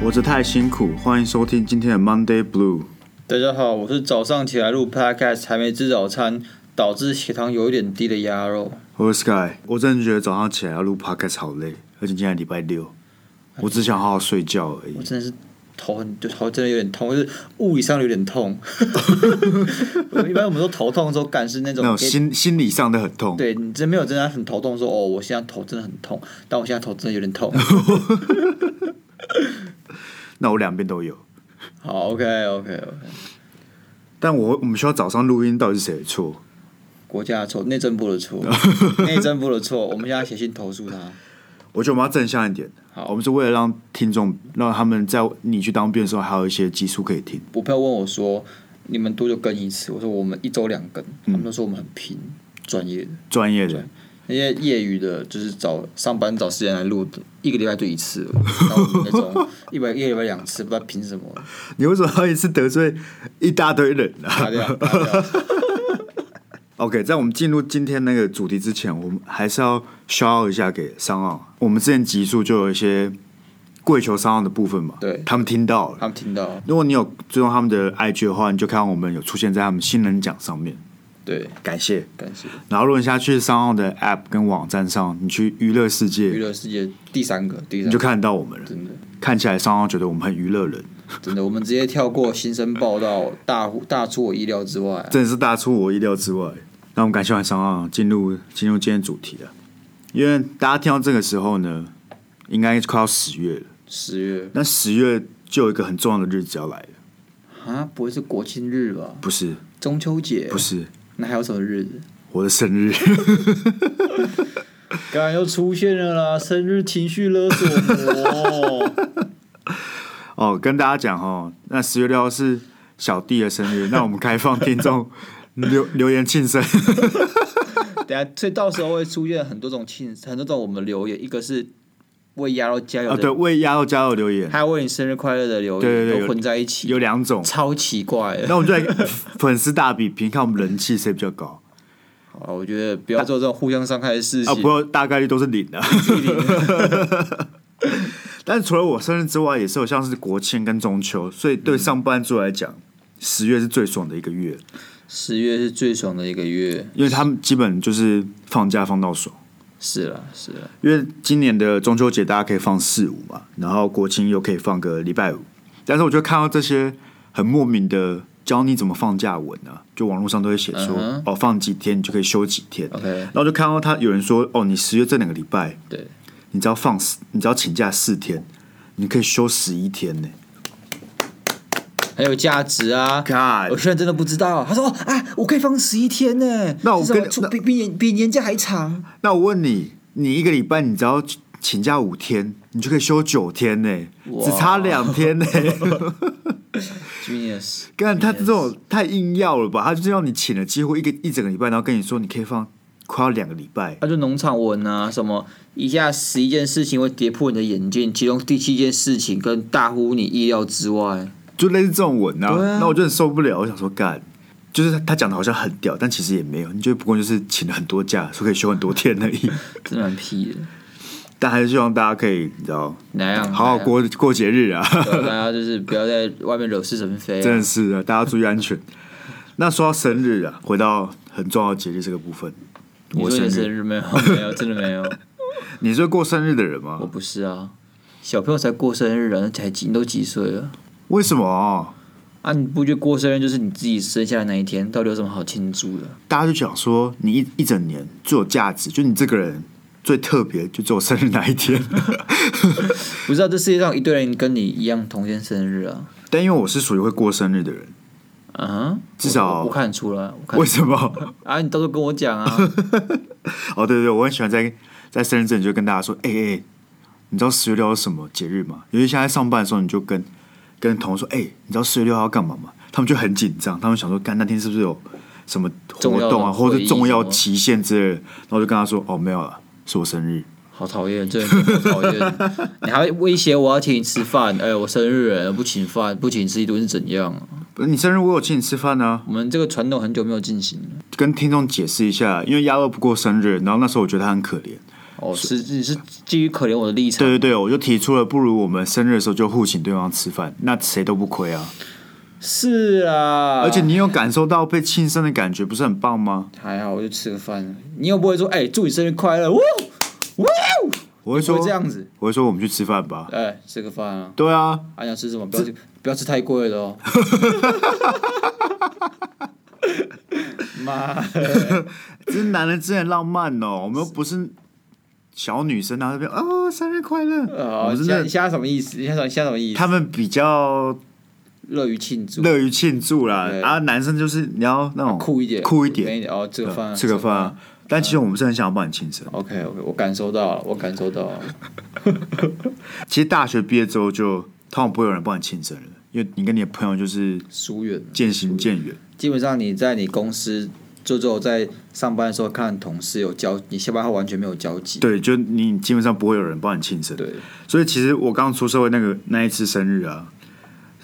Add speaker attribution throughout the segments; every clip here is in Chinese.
Speaker 1: 活着太辛苦，欢迎收听今天的 Monday Blue。
Speaker 2: 大家好，我是早上起来录 podcast 还没吃早餐，导致血糖有一点低的鸭肉。
Speaker 1: 我是 Sky，我真的觉得早上起来要录 podcast 好累，而且今天礼拜六，我只想好好睡觉而已
Speaker 2: 我。真的是头很头真的有点痛，就是物理上有 点痛。一般我们说头痛的时候，感是那种
Speaker 1: 那种
Speaker 2: 给
Speaker 1: 心心理上的很痛，
Speaker 2: 对你真没有真的很头痛说哦，我现在头真的很痛，但我现在头真的有 点痛。
Speaker 1: 那我两边都有。
Speaker 2: 好，OK OK OK，
Speaker 1: 但我我们需要早上录音，到底是谁的错？
Speaker 2: 国家的错，内政部 的错，内政部的错，我们现在写信投诉他。
Speaker 1: 我觉得我们要正向一点。
Speaker 2: 好
Speaker 1: 我们是为了让听众，让他们在你去当兵的时候，还有一些技术可以听。
Speaker 2: 我朋友问我说，你们多久更一次？我说我们一周两更，
Speaker 1: 嗯
Speaker 2: 他们都说我们很拼，专业的。
Speaker 1: 专业的，
Speaker 2: 那些业余的，就是找上班找时间来录的，一个礼拜就一次了，然后我们那 种一百一个礼拜两次，不知道凭什么
Speaker 1: 你为什么要一次得罪一大堆人啊？
Speaker 2: 打掉打掉。
Speaker 1: OK，在我们进入今天那个主题之前，我们还是要 shout out 一下给商奥。我们之前集数就有一些跪求商奥的部分嘛，
Speaker 2: 对
Speaker 1: 他们听到了。
Speaker 2: 他们听到，
Speaker 1: 如果你有追踪他们的 IG 的话，你就看到我们有出现在他们新人奖上面，
Speaker 2: 对，
Speaker 1: 感谢。
Speaker 2: 感谢
Speaker 1: 然后如果你下去商奥的 App 跟网站上，你去娱乐世
Speaker 2: 娱
Speaker 1: 界，
Speaker 2: 乐世界第三个，第
Speaker 1: 你
Speaker 2: 三
Speaker 1: 就
Speaker 2: 个，
Speaker 1: 看得到我们了。
Speaker 2: 真的
Speaker 1: 看起来商奥觉得我们很娱乐人，
Speaker 2: 真的，我们直接跳过新生报道，大户大出我意料之外啊、
Speaker 1: 真的是大出我意料之外。那我们感谢完商奥，进入进入今天主题了。因为大家听到这个时候呢，应该快要十月了。
Speaker 2: 十月
Speaker 1: 那十月就有一个很重要的日子要来了，
Speaker 2: 啊，不会是国庆日吧？
Speaker 1: 不是？
Speaker 2: 中秋节
Speaker 1: 不，是
Speaker 2: 那还有什么日子？
Speaker 1: 我的生日，
Speaker 2: 刚才又出现了啦，生日情绪勒索魔。
Speaker 1: 哦，跟大家讲哦，那十月六号是小弟的生日，那我们开放听 众留留言庆生，
Speaker 2: 等下，所以到时候会出现很多种庆，很多种我们留言，一个是为鸭肉加油
Speaker 1: 啊，
Speaker 2: 的，
Speaker 1: 对，为鸭肉加油留言
Speaker 2: 还有为你生日快乐的留言
Speaker 1: 对对对有
Speaker 2: 都混在一起，
Speaker 1: 有两 种，
Speaker 2: 超奇怪的。
Speaker 1: 那我们就来粉丝大比拼，看我们人气谁比较高
Speaker 2: 好，我觉得不要做这种互相伤害的事
Speaker 1: 啊，
Speaker 2: 情
Speaker 1: 不。过大概率都是零的、啊。
Speaker 2: 自己领
Speaker 1: 但除了我生日之外，也是有像是国庆跟中秋，所以对上班族来讲，十月是最爽的一个月，
Speaker 2: 十月是最爽的一个月，
Speaker 1: 因为他们基本就是放假放到爽。
Speaker 2: 是啦是啦，
Speaker 1: 因为今年的中秋节大家可以放四五嘛，然后国庆又可以放个礼拜五，但是我就看到这些很莫名的教你怎么放假文啊，就网络上都会写说、
Speaker 2: 嗯
Speaker 1: 哦放几天你就可以休几天
Speaker 2: OK
Speaker 1: 然后就看到他有人说哦你十月这两个礼拜
Speaker 2: 对，
Speaker 1: 你只要放四你只要请假四天，你可以休十一天呢、
Speaker 2: 很有价值啊。有
Speaker 1: God，
Speaker 2: 些人真的不知道，他说啊，我可以放十一天呢，
Speaker 1: 那我
Speaker 2: 是什么
Speaker 1: 跟
Speaker 2: 出
Speaker 1: 那
Speaker 2: 比比年比年假还长，
Speaker 1: 那我问你，你一个礼拜你只要请假五天，你就可以休九天呢、
Speaker 2: 哇
Speaker 1: 只差两天呢、
Speaker 2: genius，
Speaker 1: 干他这种太硬要了吧？他就是要你请了几乎一个一整个礼拜，然后跟你说你可以放快要两个礼拜。
Speaker 2: 他就农场文啊，什么以下十一件事情会跌破你的眼镜，其中第七件事情更大乎你意料之外。
Speaker 1: 就类似这种文啊，
Speaker 2: 对啊
Speaker 1: 那我就很受不了。我想说，干，就是他他讲的好像很屌，但其实也没有，你就不过就是请了很多假，说可以休很多天而 已。
Speaker 2: 真的 蛮屁的。
Speaker 1: 但还是希望大家可以，你知道，
Speaker 2: 哪样？
Speaker 1: 好好
Speaker 2: 哪样
Speaker 1: 过过节日啊，
Speaker 2: 对大家就是不要在外面惹是生 非、
Speaker 1: 真
Speaker 2: 啊
Speaker 1: 的。是的，大家注意安全。那说到生日啊，回到很重要的节日这个部分，
Speaker 2: 你
Speaker 1: 我
Speaker 2: 说你的
Speaker 1: 生
Speaker 2: 生
Speaker 1: 日，
Speaker 2: 日没有？没有，真的 没有。
Speaker 1: 你是会过生日的人
Speaker 2: 我
Speaker 1: 吗？
Speaker 2: 不是啊，小朋友才过生日啊，才几你都几岁了
Speaker 1: 为什么啊？
Speaker 2: 啊？你不觉得过生日就是你自己生下来那一天，到底有什么好庆祝的？
Speaker 1: 大家就讲说，你一一整年最有价值，就你这个人最特别，就只有生日那一 天。
Speaker 2: 不知道、这世界上有一堆人跟你一样同天生日啊？
Speaker 1: 但因为我是属于会过生日的人，
Speaker 2: 嗯哼，
Speaker 1: 至少
Speaker 2: 我我我看得出来，我看得
Speaker 1: 为什么？
Speaker 2: 啊，你到时候跟我讲啊。
Speaker 1: 哦，对对对，我很喜欢在在生日之前就跟大家说，哎、哎、你知道十月六号是什么节日吗？尤其现在上班的时候，你就跟跟同事说，哎、你知道十月六号要干嘛吗？他们就很紧张，他们想说，干那天是不是有什么活
Speaker 2: 重
Speaker 1: 动
Speaker 2: 要
Speaker 1: 啊，
Speaker 2: 的
Speaker 1: 或者
Speaker 2: 会议
Speaker 1: 重要
Speaker 2: 什么
Speaker 1: 期限之类的？然后我就跟他说，哦，没有了，是我生日。
Speaker 2: 好讨厌，真的好讨 哎厌！你还威胁我要请你吃饭，哎、我生日了不请饭，不请吃一顿是怎样啊？
Speaker 1: 不是你生日我有请你吃饭啊呢、
Speaker 2: 我们这个传统很久没有进行了。
Speaker 1: 跟听众解释一下，因为鸭肉不过生日，然后那时候我觉得他很可怜，
Speaker 2: 哦，是你是基于可怜我的立场
Speaker 1: 对，对对，我就提出了不如我们生日的时候就互请对方吃饭，那谁都不亏啊。
Speaker 2: 是啊，
Speaker 1: 而且你有感受到被庆生的感觉，不是很棒吗？
Speaker 2: 还好，我就吃个饭。你又不会说，哎、祝你生日快乐，呜
Speaker 1: 啊
Speaker 2: 呜，
Speaker 1: 我会说
Speaker 2: 不会这样子，
Speaker 1: 我会说我们去吃饭吧。
Speaker 2: 哎、吃个饭啊，
Speaker 1: 对啊，
Speaker 2: 还、想吃什么？不要吃，不要吃太贵了哦。妈，
Speaker 1: 这是男人之间的浪漫哦，我们又不是小女生啊，那边哦生日快乐，我
Speaker 2: 哦，
Speaker 1: 们
Speaker 2: 你
Speaker 1: 真
Speaker 2: 现在
Speaker 1: 的
Speaker 2: 你现在什么意思？你现在你现在什么意思？
Speaker 1: 他们比较
Speaker 2: 乐于庆祝，
Speaker 1: 乐于庆祝啦，
Speaker 2: 对
Speaker 1: 啊，男生就是你要那种
Speaker 2: 酷一点，
Speaker 1: 啊酷一点，
Speaker 2: 一点哦，吃个饭啊，
Speaker 1: 吃个饭啊。但其实我们是很想要帮你庆生。
Speaker 2: OK OK，我感受到了，我感受到了。
Speaker 1: 其实大学毕业之后就通常不会有人帮你庆生了，因为你跟你的朋友就是
Speaker 2: 疏远。
Speaker 1: 渐行渐远。
Speaker 2: 基本上你在你公司，就只有在上班的时候看同事有交，你下班后完全没有交集。
Speaker 1: 对，就你基本上不会有人帮你庆生。
Speaker 2: 对，
Speaker 1: 所以其实我刚出社会那个那一次生日啊，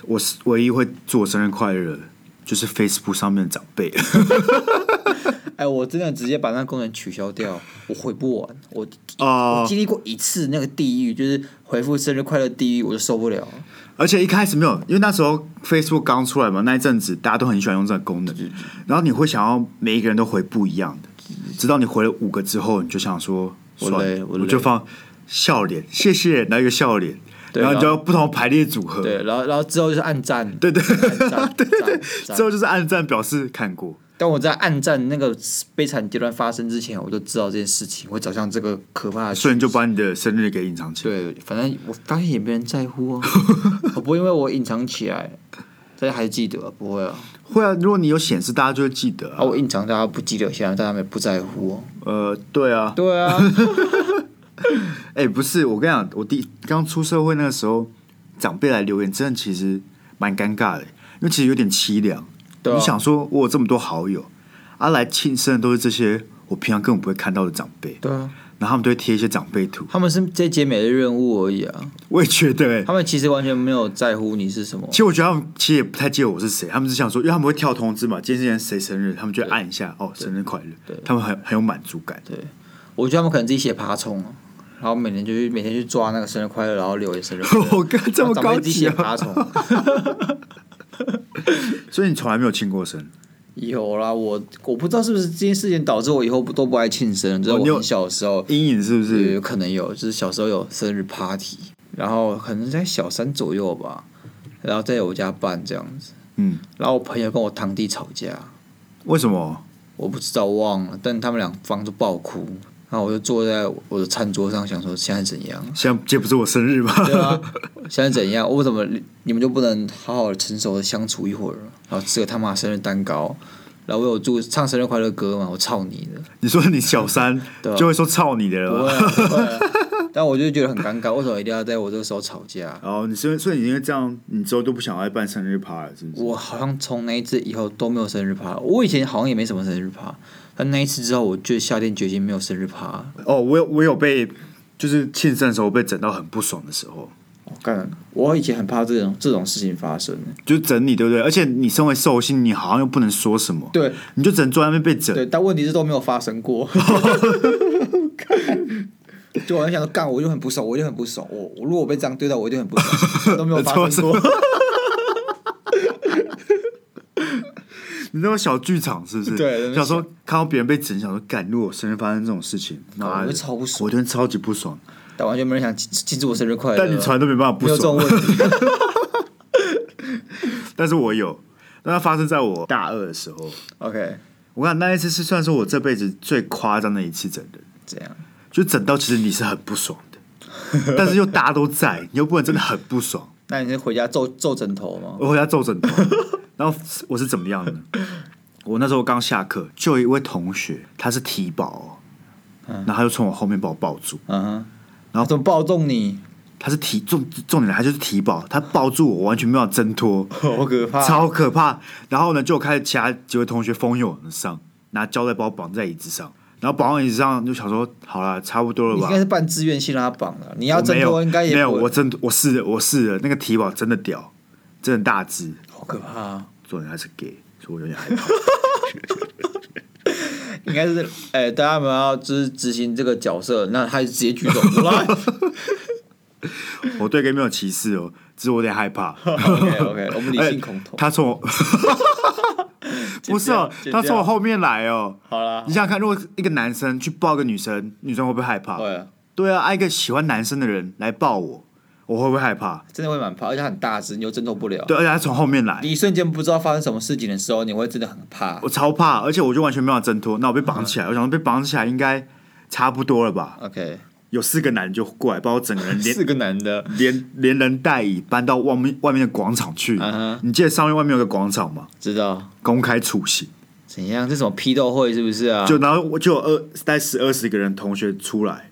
Speaker 1: 我是唯一会祝我生日快乐的就是 Facebook 上面的长辈。
Speaker 2: 哎，我真的直接把那功能取消掉，我回不完。我
Speaker 1: 哦
Speaker 2: 我经历过一次那个地狱，就是回复生日快乐地狱，我就受不了了。
Speaker 1: 而且一开始没有，因为那时候 Facebook 刚出来嘛，那一阵子大家都很喜欢用这个功能，然后你会想要每一个人都回不一样的，直到你回了五个之后，你就想说，
Speaker 2: 我
Speaker 1: 算了
Speaker 2: 累我
Speaker 1: 我
Speaker 2: 累
Speaker 1: 就放笑脸，谢谢，然后一个笑脸，
Speaker 2: 对
Speaker 1: 然后你
Speaker 2: 然后
Speaker 1: 就要不同排列组合，
Speaker 2: 对，啊然后然后之后就是暗赞，
Speaker 1: 对对
Speaker 2: 暗赞，对对
Speaker 1: 之后就是按赞表示看过，
Speaker 2: 当我在暗战那个悲惨阶段发生之前，我就知道这件事情会走向这个可怕的。
Speaker 1: 所以你就把你的生日给隐藏起来。
Speaker 2: 对，反正我发现也没人在乎啊，我不会因为我隐藏起来，大家还记得、啊，不会啊。
Speaker 1: 会啊，如果你有显示，大家就会记得
Speaker 2: 啊，
Speaker 1: 啊。
Speaker 2: 我隐藏大家不记得，现在大家们也不在乎、啊。
Speaker 1: 呃， 对啊，
Speaker 2: 对啊，
Speaker 1: 哎、不是，我跟你讲，我第刚出社会那个时候，长辈来留言，真的其实蛮尴尬的，因为其实有点凄凉。
Speaker 2: 对啊
Speaker 1: 你想说，我有这么多好友，啊，来庆生的都是这些我平常根本不会看到的长辈，
Speaker 2: 对啊，
Speaker 1: 然后他们都会贴一些长辈图。
Speaker 2: 他们是这节每日任务而已啊，
Speaker 1: 我也觉得、欸，
Speaker 2: 他们其实完全没有在乎你是什么
Speaker 1: 其。实我觉得他们其实也不太记得我是谁，他们只想说，因为他们会跳通知嘛，今天谁生日，他们就按一下，哦，生日快乐，他们很很有满足感。
Speaker 2: 我觉得他们可能自己写爬虫、啊，然后每年就去每天去抓那个生日快乐，然后留言生日快乐。
Speaker 1: 我跟 这么
Speaker 2: 然后长
Speaker 1: 高
Speaker 2: 辈自己
Speaker 1: 级
Speaker 2: 写
Speaker 1: 啊，
Speaker 2: 爬虫，
Speaker 1: 所以你从来没有庆过生。
Speaker 2: 有啦，我我不知道是不是这件事情导致我以后不都不爱庆生，就是
Speaker 1: 哦你有
Speaker 2: 我很小的时候。
Speaker 1: 阴影是不
Speaker 2: 对，
Speaker 1: 是？
Speaker 2: 有可能有，就是小时候有生日 party，然后可能在小三左右吧，然后在我家办这样子，
Speaker 1: 嗯，
Speaker 2: 然后我朋友跟我堂弟吵架，
Speaker 1: 为什么？？
Speaker 2: 我不知道忘了，但他们两方都爆哭，然后我就坐在我的餐桌上想说现在怎样
Speaker 1: 现在这不是我生日吗？
Speaker 2: 对啊，现在怎样？我怎么你们就不能好好的成熟的相处一会儿？然后吃个他妈生日蛋糕，然后我有祝唱生日快乐歌嘛，我操你的！
Speaker 1: 你说你小三
Speaker 2: 对啊
Speaker 1: 就会说操你的
Speaker 2: 不
Speaker 1: 了
Speaker 2: 会
Speaker 1: 吗？
Speaker 2: 啊，不会啊 但我就觉得很尴尬，为什么一定要在我这个时候吵架？
Speaker 1: 哦，你是所以你因为这样，你之后都不想要再办生日趴了，是不是？
Speaker 2: 我好像从那一次以后都没有生日趴，我以前好像也没什么生日趴，但那一次之后，我就下定决心没有生日趴。
Speaker 1: 哦，我有我有被就是庆生的时候被整到很不爽的时候，
Speaker 2: 我干，我以前很怕这种这种事情发生。
Speaker 1: 就整你对不对？而且你身为寿星，你好像又不能说什么，
Speaker 2: 对
Speaker 1: 你就只能坐在那边被整。
Speaker 2: 对，但问题是都没有发生过。 就我很想说，干，我就很不爽，我就很不爽。我我如果我被这样对待，我一定很 不爽，都没有发生过。
Speaker 1: 你知道小剧场是不是？
Speaker 2: 对对
Speaker 1: 想说看到别人被整，想说干，如果我生日发生这种事情，妈
Speaker 2: 我
Speaker 1: 的，
Speaker 2: 会超不爽
Speaker 1: 我觉得超级不爽。
Speaker 2: 但完全没人想庆庆祝我生日快乐。
Speaker 1: 但你从来都没办法不
Speaker 2: 没有这
Speaker 1: 爽
Speaker 2: 种，问题。
Speaker 1: 但是我有。那它发生在我大二的时候，
Speaker 2: OK，
Speaker 1: 我看那一次是算是我这辈子最夸张的一次整人，
Speaker 2: 这样
Speaker 1: 就整到其实你是很不爽的， 但是又大家都在，你又不能真的很不爽。
Speaker 2: 那你是回家皱皱枕头吗？
Speaker 1: 我回家皱枕头，然后我是怎么样呢？我那时候刚下课，就有一位同学，他是体保、哦，然后他就从我后面把我抱住，
Speaker 2: 嗯哼，
Speaker 1: 然后
Speaker 2: 怎么暴动你？
Speaker 1: 他是体重重点来，他就是体保，他抱住我，我完全没有挣脱，
Speaker 2: 好可怕！
Speaker 1: 哦超可怕。然后呢，就开始其他几位同学蜂拥而上，拿胶带把我绑在椅子上，然后绑在椅子上就想说，好了，差不多了
Speaker 2: 你应
Speaker 1: 吧
Speaker 2: 该。是半自愿性让他绑的，你要
Speaker 1: 我哦没
Speaker 2: 挣
Speaker 1: 有，
Speaker 2: 脱应该也
Speaker 1: 没有，
Speaker 2: 不会
Speaker 1: 我真我试了，我试了，那个体保真的屌，真的大只，
Speaker 2: 好可怕啊！
Speaker 1: 重点他是 gay，所以我有点害怕。
Speaker 2: 应该是，哎、大家有没有要就是执行这个角色，那他就直接举手 来。
Speaker 1: 我对 gay 没有歧视哦，只是我有点害怕。
Speaker 2: OK OK，我 们理性恐同。
Speaker 1: 哎他从我不是哦
Speaker 2: 剪，掉
Speaker 1: 他从我后面来哦。
Speaker 2: 好啊啦
Speaker 1: 你，想想看，如果一个男生去抱个女生，女生会不会害怕？
Speaker 2: 对啊，
Speaker 1: 对啊，啊一个喜欢男生的人来抱我，我会不会害怕？
Speaker 2: 真的会蛮怕，而且他很大只，你又挣脱不了。
Speaker 1: 对，而且他从后面来，
Speaker 2: 嗯你一瞬间不知道发生什么事情的时候，你会真的很怕。
Speaker 1: 我超怕，而且我就完全没办法挣脱。那我被绑
Speaker 2: 嗯
Speaker 1: 起来，我想说被绑起来应该差不多了吧？
Speaker 2: OK，
Speaker 1: 有四个男人就过来，把我整个人连
Speaker 2: 四个男的，
Speaker 1: 连连人带椅搬到外面外面的广场去。
Speaker 2: 嗯哼
Speaker 1: 你记得上面外面有个广场吗？
Speaker 2: 知道
Speaker 1: 公开处刑，
Speaker 2: 怎样？这什么批斗会是不是啊？
Speaker 1: 就然后我就有二大概十二十个人同学出来，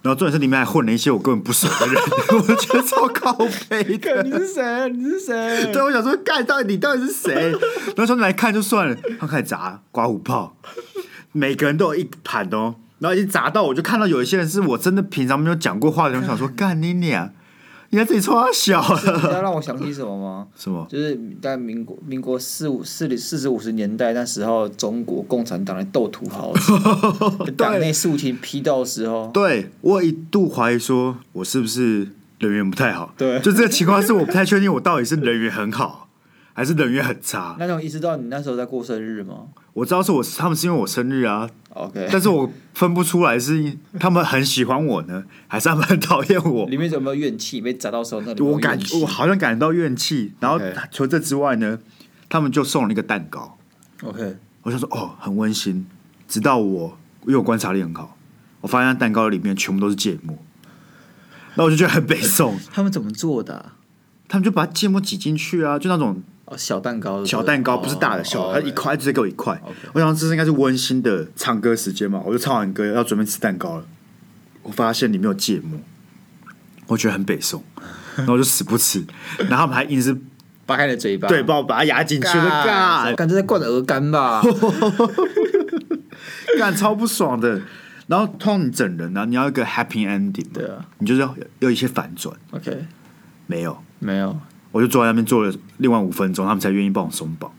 Speaker 1: 然后重点是里面还混了一些我根本不熟的人， 我觉得超靠背
Speaker 2: 干
Speaker 1: 的。
Speaker 2: 你是谁啊？你 是谁？
Speaker 1: 对，我想说，干到底你到底是谁？然后说你来看就算了，他开始砸刮胡泡，每个人都有一盘的哦，然后一砸到我就看到有一些人是我真的平常没有讲过话的人，我 想说干你娘，你还自己冲他小
Speaker 2: 你
Speaker 1: 了
Speaker 2: 知道让我想起什么吗？
Speaker 1: 什么？
Speaker 2: 就是在民国民国四五四零四十五十年代那时候，中国共产党来斗土豪 的时候，党内肃清批斗的时候，
Speaker 1: 对我一度怀疑说，我是不是人缘不太好？
Speaker 2: 对
Speaker 1: 就这个情况是我不太确定，我到底是人缘很好，还是人缘很差。
Speaker 2: 那种意识到你那时候在过生日吗
Speaker 1: 我知道是我他们是因为我生日啊，
Speaker 2: ？OK，
Speaker 1: 但是我分不出来是他们很喜欢我呢，还是他们很讨厌我。
Speaker 2: 里面有没有怨气？被砸到时候那里有没有
Speaker 1: 我感
Speaker 2: 怨气
Speaker 1: 我好像感到怨气，然后
Speaker 2: OK
Speaker 1: 除了这之外呢，他们就送了一个蛋糕。
Speaker 2: OK，
Speaker 1: 我想说哦，很温馨。直到我因为我观察力很好，我发现那蛋糕里面全部都是芥末，那我就觉得很北宋。
Speaker 2: 他们怎么做的啊、
Speaker 1: 他们就把芥末挤进去啊，就那种
Speaker 2: 哦，小蛋糕，
Speaker 1: 小蛋糕，不是大的，
Speaker 2: 哦
Speaker 1: 小
Speaker 2: 哦
Speaker 1: 的，他一块直接给我一块
Speaker 2: OK。
Speaker 1: 我想这是应该是温馨的唱歌时间嘛，我就唱完歌要准备吃蛋糕了，我发现里面有芥末，我觉得很北 宋，然后我就死不吃，然后他们还硬是
Speaker 2: 扒开了嘴 巴，
Speaker 1: 对帮我把它压进去，
Speaker 2: 干，
Speaker 1: 我就 干
Speaker 2: 感觉在灌鹅 肝吧？
Speaker 1: 干超不爽的。然后通常你整人啊，你要一个 happy ending，嘛
Speaker 2: 对啊，
Speaker 1: 你就是要要一些反转，
Speaker 2: OK，
Speaker 1: 没有，
Speaker 2: 没有，
Speaker 1: 我就坐在那边坐了另外五分钟，他们才愿意帮我松绑。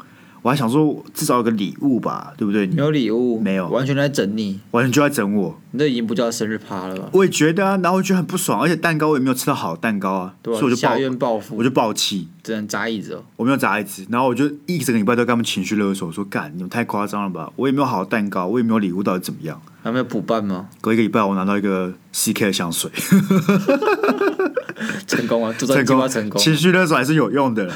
Speaker 1: 我还想说至少有个礼物吧，对不对？你
Speaker 2: 没有礼物，
Speaker 1: 没有
Speaker 2: 完全在整你，
Speaker 1: 完全就在整我，
Speaker 2: 你这已经不叫生日趴了吧？
Speaker 1: 我也觉得啊，然后我觉得很不爽，而且蛋糕我也没有吃到好的蛋糕啊，
Speaker 2: 对啊
Speaker 1: 所以我就
Speaker 2: 下
Speaker 1: 暴
Speaker 2: 院报复
Speaker 1: 我就暴气，
Speaker 2: 只能砸椅子哦。
Speaker 1: 我没有砸一只，然后我就一整个礼拜都跟他们情绪勒索，我说干你们太夸张了吧，我也没有好的蛋糕，我也没有礼物，到底怎么样？
Speaker 2: 还没有补办吗？
Speaker 1: 隔一个礼拜我拿到一个 CK 的香 水，
Speaker 2: 成功啊！做成计划成功。
Speaker 1: 情绪勒索还是有用的，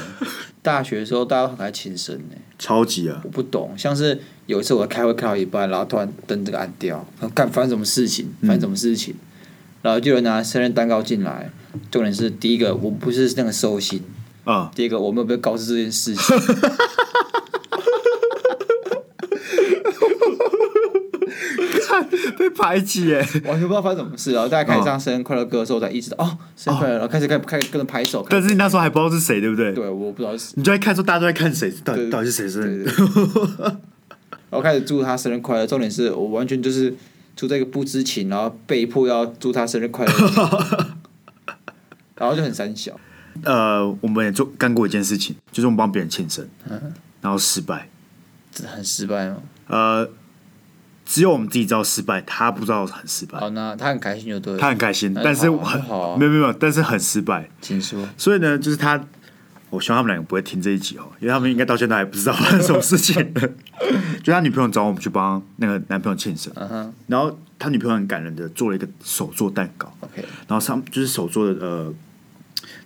Speaker 2: 大学的时候，大家都很爱轻生呢、
Speaker 1: 超级啊，
Speaker 2: 我不懂，像是有一次我在开会开到一半，然后突然灯这个按掉，然后干发生什么事情？发生什么事情？然后就有人拿生日蛋糕进来，重点是第一个我不是那个寿星，
Speaker 1: 嗯，
Speaker 2: 第一个我没有被告知这件事情。
Speaker 1: 被排挤哎、
Speaker 2: 完全不知道发生什么事，然后大家开始唱生日快乐歌的时候，我才意识到哦，生日快乐，然后开始开开始跟着拍手。
Speaker 1: 但是你那时候还不知道是谁，对不对？
Speaker 2: 对，我不知道是，
Speaker 1: 你就在看说大家都在看谁，到底
Speaker 2: 对
Speaker 1: 到底是谁生
Speaker 2: 对
Speaker 1: 日
Speaker 2: 对，然后开始祝他生日快乐。重点是我完全就是住在一个不知情，然后被迫要祝他生日快乐，然后就很三小。
Speaker 1: 呃，我们也做干过一件事情，就是我们帮别人庆生，然后失败。
Speaker 2: 真的很失败吗？
Speaker 1: 呃，只有我们自己知道失败，他不知道很失败，
Speaker 2: 好，那他很开心就对了。
Speaker 1: 哎他很开心，
Speaker 2: 那就
Speaker 1: 但是我
Speaker 2: 好啊
Speaker 1: 很
Speaker 2: 就好啊
Speaker 1: 没有没有没有，但是很失败。
Speaker 2: 请说。
Speaker 1: 所以呢，就是他，我希望他们两个不会听这一集哦，因为他们应该到现在还不知道 发生什么事情。就他女朋友找我们去帮那个男朋友庆生，
Speaker 2: 嗯哼
Speaker 1: 然后他女朋友很感人的做了一个手做蛋糕，
Speaker 2: ，OK，
Speaker 1: 然后上就是手做的呃，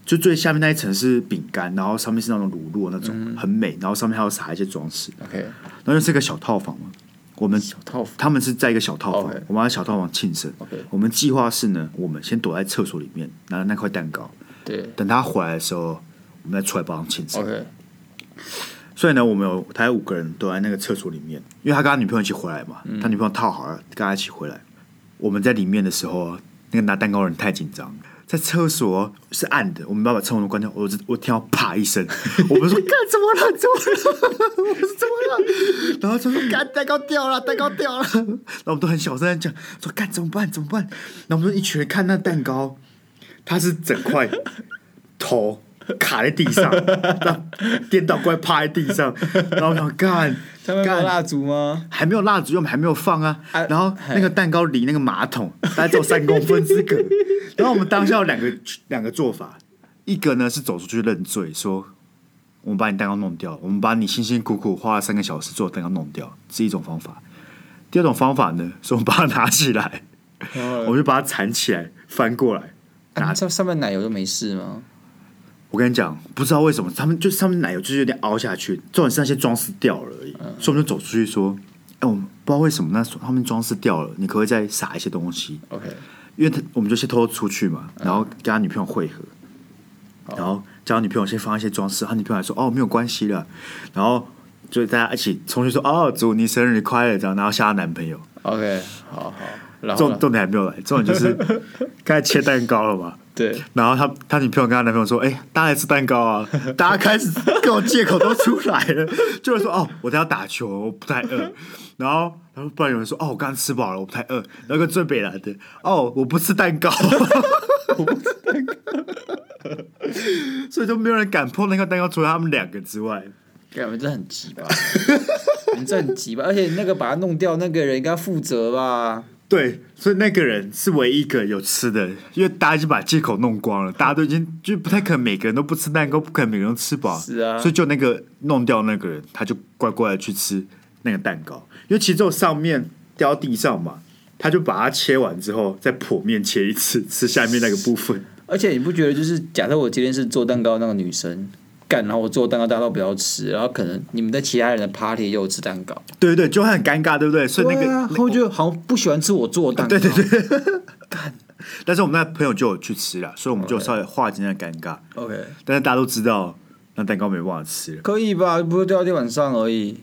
Speaker 1: 就最下面那一层是饼干，然后上面是那种乳酪那种、
Speaker 2: 嗯
Speaker 1: 很美，然后上面还有撒一些装饰，
Speaker 2: OK，
Speaker 1: 然后就是一个小套房嘛，我们
Speaker 2: 小套房
Speaker 1: 他们是在一个小套房
Speaker 2: OK
Speaker 1: 我们在小套房庆生。
Speaker 2: OK
Speaker 1: 我们计划是呢，我们先躲在厕所里面拿着那块蛋糕，
Speaker 2: 对
Speaker 1: 等他回来的时候，我们再出来帮他庆生。
Speaker 2: ，OK，
Speaker 1: 所以呢，我们有大概五个人躲在那个厕所里面，因为他跟他女朋友一起回来嘛，他女朋友套好了，跟他一起回来。我们在里面的时候，那个拿蛋糕的人太紧张了，在厕所是暗的，我们没办法把厕所门关掉，我只我听到啪一声， 我们说干怎么了？怎么了？我说怎么了？ 然后他说干蛋糕掉了，蛋糕掉了。 然后我们都很小声在讲，说干怎么办？怎么办？然后我们就一群人看那蛋糕，它是整块头卡在地上，让颠倒过来趴在地 上，然后我想干
Speaker 2: 上面没有
Speaker 1: 干
Speaker 2: 蜡烛吗？
Speaker 1: 还没有蜡烛，我们还没有放啊
Speaker 2: 啊。
Speaker 1: 然后那个蛋糕离那个马桶大概只有三公分之 隔。然后我们当下有两个两个做法，一个呢是走出去认罪，说我们把你蛋糕弄掉，我们把你辛辛苦苦花了三个小时做的蛋糕弄掉，是一种方法。第二种方法呢，是我们把它拿起来，
Speaker 2: 然
Speaker 1: 我
Speaker 2: 后
Speaker 1: 们就把它缠起来，翻过来。
Speaker 2: 啊，上上面奶油都没事吗？
Speaker 1: 我跟你讲，不知道为什么他们就是他们奶油就是有点凹下去，重点是那些装饰掉了而已，所以我们就走出去说，哎、我们不知道为什么那时候他们装饰掉了，你可不可以再撒一些东西？
Speaker 2: OK，
Speaker 1: 因为他我们就先偷偷出去嘛，然后跟他女朋友会合，然后叫他女朋友先放一些装饰，他女朋友还说哦没有关系的，然后就大家一起冲去说哦祝你生日快乐这样，然后吓她男朋友，
Speaker 2: OK，好好，然后
Speaker 1: 重
Speaker 2: 呢
Speaker 1: 重点还没有来，重点就是 刚才切蛋糕了嘛。
Speaker 2: 对，
Speaker 1: 然后他他女朋友跟他男朋友说：“哎、大家来吃蛋糕啊！”大家开始各种借口都出来了， 就是说：“哦，我等下打球，我不太饿。”然后然后不然有人说：“哦，我刚刚吃饱了，我不太饿。”那个最北来的：“哦，我不吃蛋糕。” 所以就没有人敢碰那个蛋糕，除了他们两个之外。
Speaker 2: 感觉真的很 急吧，你这很急吧，而且那个把它弄掉那个人应该负责吧？
Speaker 1: 对，所以那个人是唯一一个有吃的，因为大家已经把借口弄光了， 大家都已经就不太可能每个人都不吃蛋糕，不可能每个人都吃饱，
Speaker 2: 是啊
Speaker 1: 所以就那个弄掉那个人，他就乖乖的去吃那个蛋糕，因为其实只有上面掉到地上嘛，他就把它切完之后再剖面切一次，吃下面那个部 分。
Speaker 2: 而且你不觉得就是，假设我今天是做蛋糕那个女生干，然后我做蛋糕大家都不要吃，然后可能你们在其他人的 party 也有吃蛋糕，
Speaker 1: 对对对，就会很尴尬，对不对？所以那个，
Speaker 2: 对啊，后就好像不喜欢吃我做的蛋糕，对对对
Speaker 1: 但是我们那朋友就有去吃了，所以我们就稍微化解那个尴尬，
Speaker 2: ，OK，
Speaker 1: 但是大家都知道那蛋糕没办法吃了。
Speaker 2: 可以吧？不是掉到地板上而已，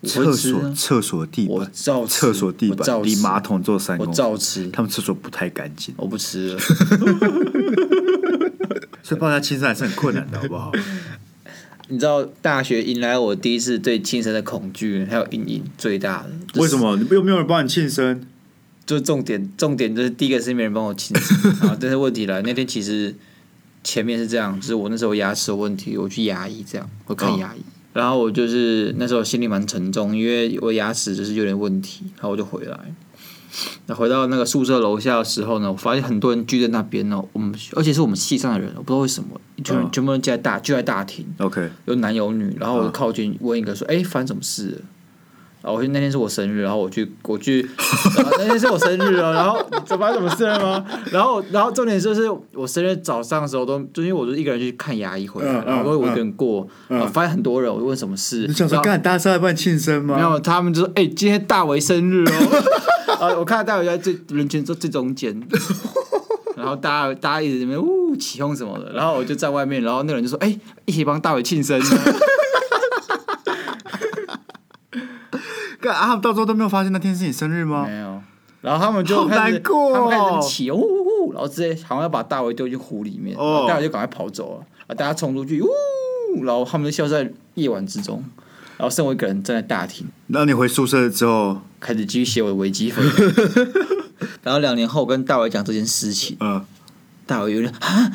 Speaker 2: 我会
Speaker 1: 厕
Speaker 2: 吃
Speaker 1: 所
Speaker 2: 啊
Speaker 1: 厕所地
Speaker 2: 我
Speaker 1: 板，
Speaker 2: 照吃
Speaker 1: 厕所地
Speaker 2: 我照
Speaker 1: 板离
Speaker 2: 吃
Speaker 1: 马桶只有三
Speaker 2: 我
Speaker 1: 公分，
Speaker 2: 照吃，
Speaker 1: 他们厕所不太干净，
Speaker 2: 我不吃了。
Speaker 1: 所以帮他清算还是很困难的，好不 好？
Speaker 2: 你知道大学迎来我第一次对庆生的恐惧还有阴影最大的，就是
Speaker 1: 为什？么又没有人帮你庆生？
Speaker 2: 就重点，重点就是第一个是没人帮我庆生啊，但是问题来，那天其实前面是这样，就是我那时候牙齿有问题，我去牙医这样，我看
Speaker 1: 哦
Speaker 2: 牙医，然后我就是那时候心里蛮沉重，因为我牙齿就是有点问题，然后我就回来。那回到那个宿舍楼下的时候呢，我发现很多人聚在那边哦，我们而且是我们系上的人，我不知道为什么，一群人
Speaker 1: 嗯
Speaker 2: 全部都聚在大聚在大厅，
Speaker 1: OK，
Speaker 2: 有男有女，然后
Speaker 1: 嗯
Speaker 2: 我靠近问一个说：“哎、发生什么事了？”然后我去那天是我生日，然后我去我去， 然后那天是我生日哦，然后怎么发生什么事了 吗？然后然后重点就是我生日早上的时候都，就因为我就一个人去看牙医回来，
Speaker 1: 嗯嗯
Speaker 2: 然后我一个人过，然后发现很多人，我就问什么事，
Speaker 1: 你想
Speaker 2: 然
Speaker 1: 说
Speaker 2: 后
Speaker 1: 干，大家是来帮你庆生
Speaker 2: 没
Speaker 1: 吗？
Speaker 2: 有，他们就说：“哎、今天大为生日哦。” 啊，我看到大为在最人群最最中间，然后大家大家一直在那边呜起哄什么的，然后我就在外面，然后那个人就说：“哎、一起帮大为庆生、 啊。”
Speaker 1: 干啊，他们到时候都没有发现那天是你生日吗？
Speaker 2: 没有。然后他们就
Speaker 1: 哦好
Speaker 2: 开始
Speaker 1: 难过哦
Speaker 2: 他们开始在那边起呼呼呼，然后直接好像要把大卫丢进湖里面，
Speaker 1: 哦
Speaker 2: 然后大卫就赶快跑走了，啊，大家冲出去，呜，然后他们就消失在夜晚之中，然后剩我一个人站在大厅，
Speaker 1: 然后你回宿舍之后，
Speaker 2: 开始继续写我的维 基分。然后两年后，我跟大伟讲这件事情，
Speaker 1: 嗯，
Speaker 2: 大伟有点啊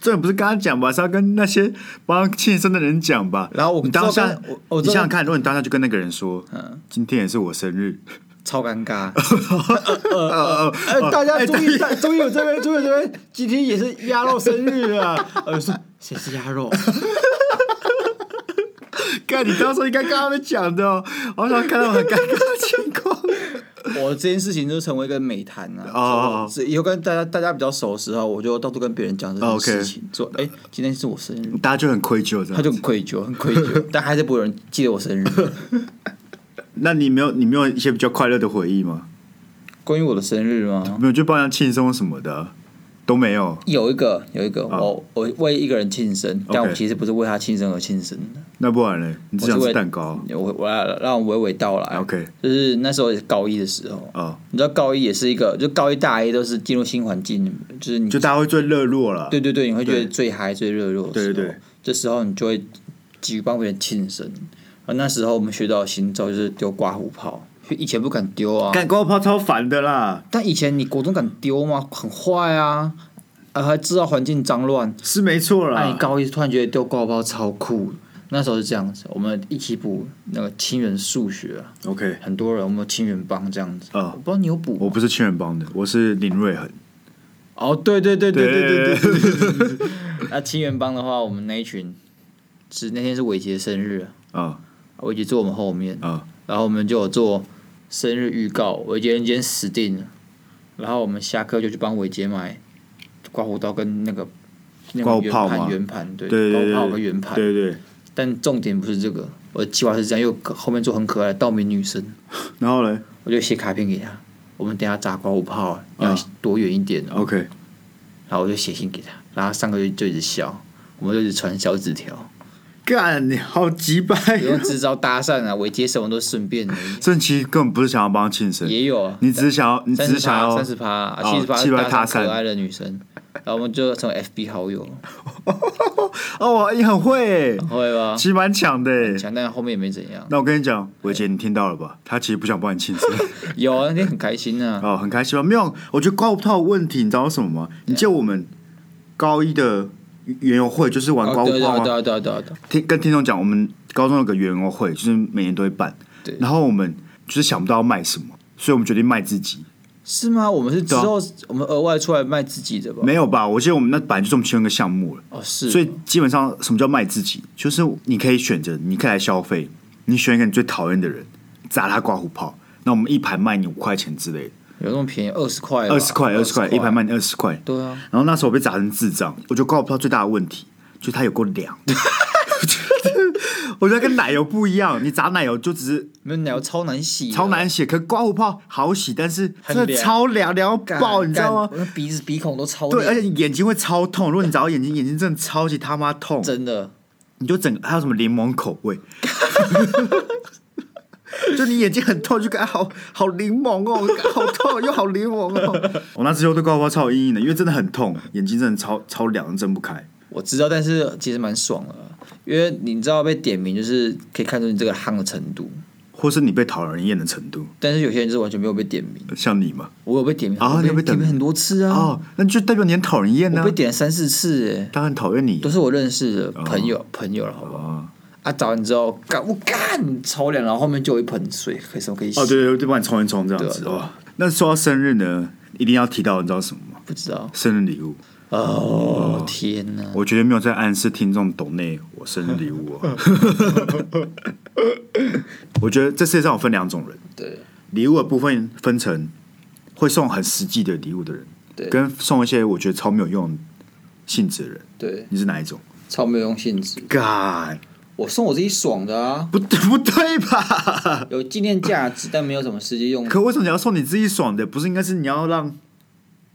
Speaker 1: 这不是跟他讲吧，是要跟那些帮他庆生的人讲吧？
Speaker 2: 然后我
Speaker 1: 你当
Speaker 2: 之后
Speaker 1: 下
Speaker 2: 跟我，我
Speaker 1: 你
Speaker 2: 之后
Speaker 1: 想想看，如果你当下就跟那个人说，
Speaker 2: 嗯
Speaker 1: 今天也是我生日，
Speaker 2: 超 尴尬。
Speaker 1: 呃呃
Speaker 2: 哎，大家
Speaker 1: 哎
Speaker 2: 注意，大注意我这边，注意我这边，今天也是鸭肉生日 啊！呃，说谁是鸭肉？
Speaker 1: 看你当时应该跟他们讲的哦，好想看到很尴尬的情况。
Speaker 2: 我这件事情就成为一个美谈啊。
Speaker 1: 哦哦哦
Speaker 2: 是以后跟大家大家比较熟的时候，我就到处跟别人讲这
Speaker 1: 哦
Speaker 2: 件事情，说哎、今天是我生日，
Speaker 1: 大家就很愧疚，这样。
Speaker 2: 他就很愧疚，很愧 疚，但还是不会有人记得我生日。
Speaker 1: 那你没有你没有一些比较快乐的回忆吗？
Speaker 2: 关于我的生日吗？
Speaker 1: 没有，就帮人家庆生什么的都没有。
Speaker 2: 有一个，有一个，我我为一个人庆生，但我
Speaker 1: 哦 OK
Speaker 2: 其实不是为他庆生而庆生的。
Speaker 1: 那不然嘞，你只想
Speaker 2: 我是为
Speaker 1: 吃蛋糕
Speaker 2: 我我来让我娓娓道来。
Speaker 1: OK
Speaker 2: 就是那时候也是高一的时候，
Speaker 1: 哦，
Speaker 2: 你知道高一也是一个，就高一大一都是进入新环境，就是你
Speaker 1: 就大家会最热络了。
Speaker 2: 对对对，你会觉得
Speaker 1: 对
Speaker 2: 最嗨、最热络的
Speaker 1: 对
Speaker 2: 时候，
Speaker 1: 对对
Speaker 2: 这时候你就会急于帮别人庆生。而那时候我们学到的新招就是丢刮胡泡，就以前不敢丢啊，
Speaker 1: 干高抛超烦的啦，
Speaker 2: 但以前你国中敢丢吗？很坏啊！呃，还制造环境脏乱。
Speaker 1: 是没错
Speaker 2: 那你
Speaker 1: 啦。
Speaker 2: 高一突然觉得丢挂包超酷，那时候是这样子，我们一起补那个清源数学啊，
Speaker 1: OK，
Speaker 2: 很多人我们清源帮这样子。
Speaker 1: 啊
Speaker 2: 我不知道你有补吗
Speaker 1: 我不是亲人帮的，我是林瑞恒。
Speaker 2: 哦，对对对对对对对
Speaker 1: 对
Speaker 2: 对对对对。那清源帮的话，我们那一群是那天是伟杰生日啊，
Speaker 1: 啊
Speaker 2: 伟杰坐我们后面，
Speaker 1: 啊
Speaker 2: 然后我们就有做生日预告，伟杰今天死定了。然后我们下课就去帮伟杰买刮胡刀跟那个那
Speaker 1: 刮
Speaker 2: 个
Speaker 1: 胡
Speaker 2: 圆
Speaker 1: 泡吗
Speaker 2: 盘圆盘，对，
Speaker 1: 对对对
Speaker 2: 刮胡泡跟圆盘。
Speaker 1: 对对对，
Speaker 2: 但重点不是这个，我的计划是这样，因为我后面做很可爱的道明女生，
Speaker 1: 然后嘞
Speaker 2: 我就写卡片给她，我们等一下砸刮胡泡，啊要
Speaker 1: 啊
Speaker 2: 躲远一点哦。
Speaker 1: ，OK，
Speaker 2: 然后我就写信给他，然后他上个月就一直笑，我们就一直传小纸条，
Speaker 1: 干你好鸡掰
Speaker 2: 不
Speaker 1: 哦
Speaker 2: 用！支招搭讪啊，维接什么都顺便而已
Speaker 1: 正其实根本不是想要帮他庆生，
Speaker 2: 也有啊，
Speaker 1: 你只是想要，你只
Speaker 2: 三
Speaker 1: 是
Speaker 2: 十
Speaker 1: 想
Speaker 2: 趴、
Speaker 1: 要
Speaker 2: 三十趴、
Speaker 1: 哦
Speaker 2: 七十
Speaker 1: 70%
Speaker 2: 趴搭
Speaker 1: 搭
Speaker 2: 讪
Speaker 1: 讪
Speaker 2: 可爱的女生，然后我们就成为 FB 好友，
Speaker 1: 哦，你很会欸，
Speaker 2: 会吧？
Speaker 1: 其实蛮强的欸。
Speaker 2: 嗯强，但后面也没怎样。
Speaker 1: 那我跟你讲，伟杰，你听到了吧？他其实不想帮你庆生，
Speaker 2: 有啊，那天很开心啊，
Speaker 1: 哦，很开心吧？没有，我觉得刮胡泡的问题，你知道是什么吗？你记得我们高一的园游会就是玩刮
Speaker 2: 哦
Speaker 1: 胡
Speaker 2: 对对
Speaker 1: 泡吗？
Speaker 2: 对对对对，
Speaker 1: 听跟听众讲，我们高中有个园游会，就是每年都会办，
Speaker 2: 对
Speaker 1: 然后我们就是想不到要卖什么，所以我们决定卖自己。
Speaker 2: 是吗？我们是之后我们额外出来卖自己的吧？
Speaker 1: 啊没有吧？我记得我们那本来就这么其中一个项目了，
Speaker 2: 哦，是，
Speaker 1: 所以基本上什么叫卖自己，就是你可以选择，你可以来消费，你选一个你最讨厌的人，砸他刮胡泡，那我们一盘卖你五块钱之类的，
Speaker 2: 有那么便宜，二十块吧，
Speaker 1: 二十啊块，二十块一盘卖你二十块。
Speaker 2: 对啊，
Speaker 1: 然后那时候我被砸成智障，我觉得刮胡泡最大的问题就是它有够凉。我觉得跟奶油不一样，你砸奶油就只是
Speaker 2: 没有奶油超难洗的，
Speaker 1: 超难洗，可刮胡泡好洗，但是
Speaker 2: 很
Speaker 1: 真的
Speaker 2: 凉
Speaker 1: 超凉凉到
Speaker 2: 干
Speaker 1: 爆，你知道吗？
Speaker 2: 干？我的鼻子鼻孔都超
Speaker 1: 对，哎而
Speaker 2: 裂，
Speaker 1: 且你眼睛会超痛。如果你找到眼睛，眼睛真的超级他妈痛，
Speaker 2: 真的
Speaker 1: 你就整个还有什么柠檬口味， 就你眼睛很痛，就感觉好好柠檬哦，好痛又好柠檬哦。我那时候对刮胡泡超有阴影的，因为真的很痛，眼睛真的超超凉，睁不开。
Speaker 2: 我知道，但是其实蛮爽的啦，因为你知道被点名就是可以看出你这个夯的程度，
Speaker 1: 或是你被讨人厌的程度，
Speaker 2: 但是有些人就是完全没有被点名，
Speaker 1: 像你嘛？
Speaker 2: 我有被点名
Speaker 1: 啊
Speaker 2: 我
Speaker 1: 你有被点
Speaker 2: 点名
Speaker 1: 名
Speaker 2: 很多次啊，
Speaker 1: 哦，那就代表你很讨人厌呢、啊
Speaker 2: 我被。点了三四次哎、
Speaker 1: 他很讨厌你
Speaker 2: 都是我认识的朋
Speaker 1: 哦
Speaker 2: 友，朋友了，好不好？
Speaker 1: 啊！
Speaker 2: 啊，找完之后，干我干超凉，然后后面就有一盆水，可以什么可以洗？
Speaker 1: 哦，对对对，帮你冲一冲这样子
Speaker 2: 对啊对
Speaker 1: 哦。那说到生日呢，一定要提到，你知道什么吗？
Speaker 2: 不知道
Speaker 1: 生日礼物。
Speaker 2: 哦，天哪！
Speaker 1: 我绝对没有在暗示听众懂内我生日礼物 哦。我觉得这世界上有分两种人，
Speaker 2: 对，
Speaker 1: 礼物的部分分成会送很实际的礼物的人，
Speaker 2: 对
Speaker 1: 跟送一些我觉得超没有用性质的人。
Speaker 2: 对，
Speaker 1: 你是哪一种
Speaker 2: 超没有用性质，
Speaker 1: ？God，
Speaker 2: 我送我自己爽的啊。
Speaker 1: 不对不对吧？
Speaker 2: 有纪念价值，但没有什么实际用 处。
Speaker 1: 可为什么你要送你自己爽的？不是应该是你要让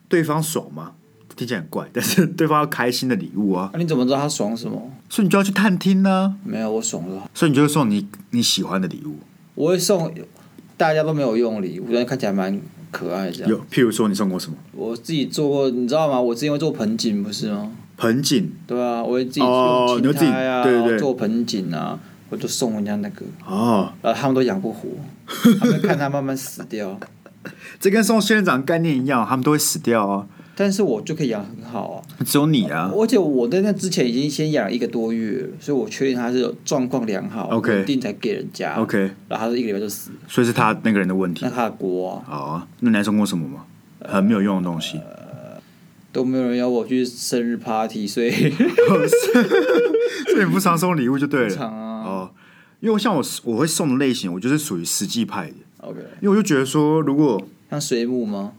Speaker 1: 对方爽吗？听起来很怪，但是对方要开心的礼物啊，
Speaker 2: 那、你怎么知道他爽什么？
Speaker 1: 所以你就要去探听呢、
Speaker 2: 没有，我爽了。
Speaker 1: 所以你就会送你你喜欢的礼物。
Speaker 2: 我会送大家都没有用的礼物，但看起来蛮可爱的这样。
Speaker 1: 有，譬如说你送过什么？
Speaker 2: 我自己做过，你知道吗？我之前会做盆景，不是吗？
Speaker 1: 盆景
Speaker 2: 对啊，我会自己
Speaker 1: 哦
Speaker 2: 做
Speaker 1: 你会
Speaker 2: 青
Speaker 1: 自己
Speaker 2: 苔啊，
Speaker 1: 对对对
Speaker 2: 然后做盆景啊，我就送人家那个，
Speaker 1: 哦，
Speaker 2: 然后他们都养不活， 他们看他慢慢死掉，
Speaker 1: 这跟送仙人掌的概念一样，他们都会死掉啊，
Speaker 2: 但是我就可以养很好啊。
Speaker 1: 只有你啊。
Speaker 2: 而且我在那之前已经先养了一个多月了，所以我确定它是有状况良好
Speaker 1: OK
Speaker 2: 稳定才给人家。
Speaker 1: OK，
Speaker 2: 然后它是一个礼拜就死了，
Speaker 1: 所以是他那个人的问题
Speaker 2: 那。他的锅啊。
Speaker 1: 好啊，那你还送过什么吗？很没有用的东西，
Speaker 2: 呃都没有人邀我去生日 party，所 以
Speaker 1: 所以你不常送礼物就对
Speaker 2: 不
Speaker 1: 了。
Speaker 2: 常啊
Speaker 1: 哦，因为像我我会送的类型，我就是属于实际派的，
Speaker 2: OK，
Speaker 1: 因为我就觉得说，如果
Speaker 2: 像水母吗？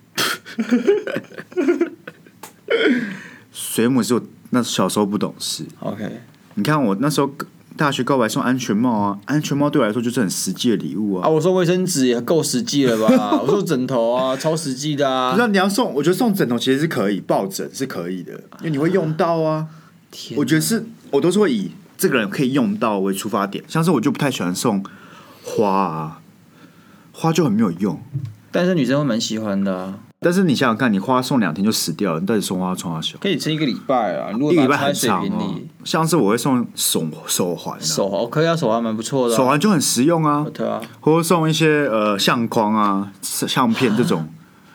Speaker 1: 水母是我那小时候不懂事，
Speaker 2: OK，
Speaker 1: 你看我那时候大学告白送安全帽啊，安全帽对我来说就是很实际的礼物啊
Speaker 2: 啊，。我送卫生纸也够实际了 吧？我送枕头啊，超实际的
Speaker 1: 不
Speaker 2: 啊
Speaker 1: 知。道你要送，我觉得送枕头其实是可以，抱枕是可以的，因为你会用到啊。
Speaker 2: 天
Speaker 1: 我觉得是，我都是会以这个人可以用到为出发点。像是我就不太喜欢送花啊，花就很没有用。
Speaker 2: 但是女生会蛮喜欢的啊，
Speaker 1: 但是你想想看，你花送两天就死掉了，你到底送花送花小？
Speaker 2: 可以吃一个礼拜啊。如果
Speaker 1: 一个礼
Speaker 2: 把
Speaker 1: 拜
Speaker 2: 它
Speaker 1: 很
Speaker 2: 插在
Speaker 1: 长
Speaker 2: 水瓶
Speaker 1: 哦
Speaker 2: 里，。
Speaker 1: 像是我会送手手环、啊，
Speaker 2: 手环 OK 啊，手环蛮不错的、啊。
Speaker 1: 手环就很实用啊，
Speaker 2: 对啊，
Speaker 1: 或者送一些呃相框啊、相片这种。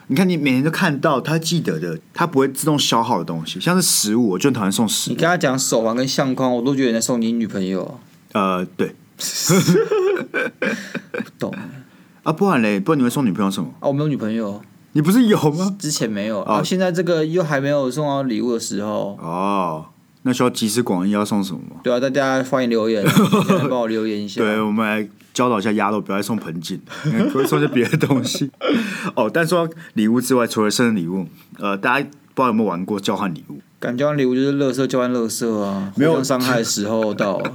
Speaker 1: 你看，你每天都看到他记得的，他不会自动消耗的东西，像是食物，我就很讨厌送食
Speaker 2: 你
Speaker 1: 物。
Speaker 2: 跟他讲手环跟相框，我都觉得你在送你女朋友啊，
Speaker 1: 呃，对
Speaker 2: 不懂啊，
Speaker 1: 啊，不然嘞，不然你会送女朋友什么？
Speaker 2: 我没有女朋友，
Speaker 1: 你不是有吗？
Speaker 2: 之前没有，然后现在这个又还没有送到礼物的时候，
Speaker 1: 哦，那需要集思广益，要送什么吗？
Speaker 2: 对啊，大家欢迎 留言，来帮我留言一下。
Speaker 1: 对，我们来教导一下鸭肉，不要再送盆景，不会送些别的东西。哦，但说到礼物之外，除了生日礼物，呃，大家不知道有没有玩过交换礼物？
Speaker 2: 感觉礼物就是乐色交换乐色啊，
Speaker 1: 没有
Speaker 2: 互相伤害的时候 到了。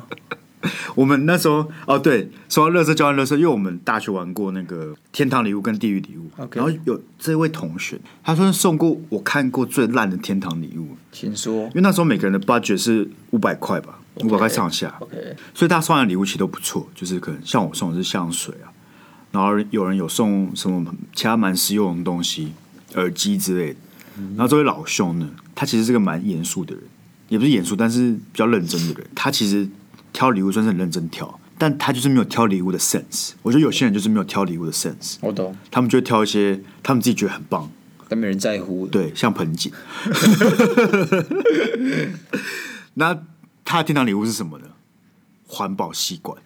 Speaker 1: 我们那时候哦，对，说到垃圾交换垃圾，因为我们大学玩过那个天堂礼物跟地狱礼物
Speaker 2: OK
Speaker 1: 然后有这位同学，他说送过我看过最烂的天堂礼物，
Speaker 2: 请说
Speaker 1: 因。为那时候每个人的 budget 是五百块吧，五百块上下
Speaker 2: OK，
Speaker 1: 所以大家送的礼物其实都不错，就是可能像我送的是香水啊，然后有人有送什么其他蛮实用的东西，耳机之类的。然后这位老兄呢，他其实是个蛮严肃的人，也不是严肃，但是比较认真的人。他其实挑礼物算是很认真挑，但他就是没有挑礼物的 sense。我觉得有些人就是没有挑礼物的 sense，
Speaker 2: 我懂，
Speaker 1: 他们就会挑一些他们自己觉得很棒，
Speaker 2: 但没人在乎。，
Speaker 1: 对，像盆景。 那他的天堂礼物是什么呢？环保吸管。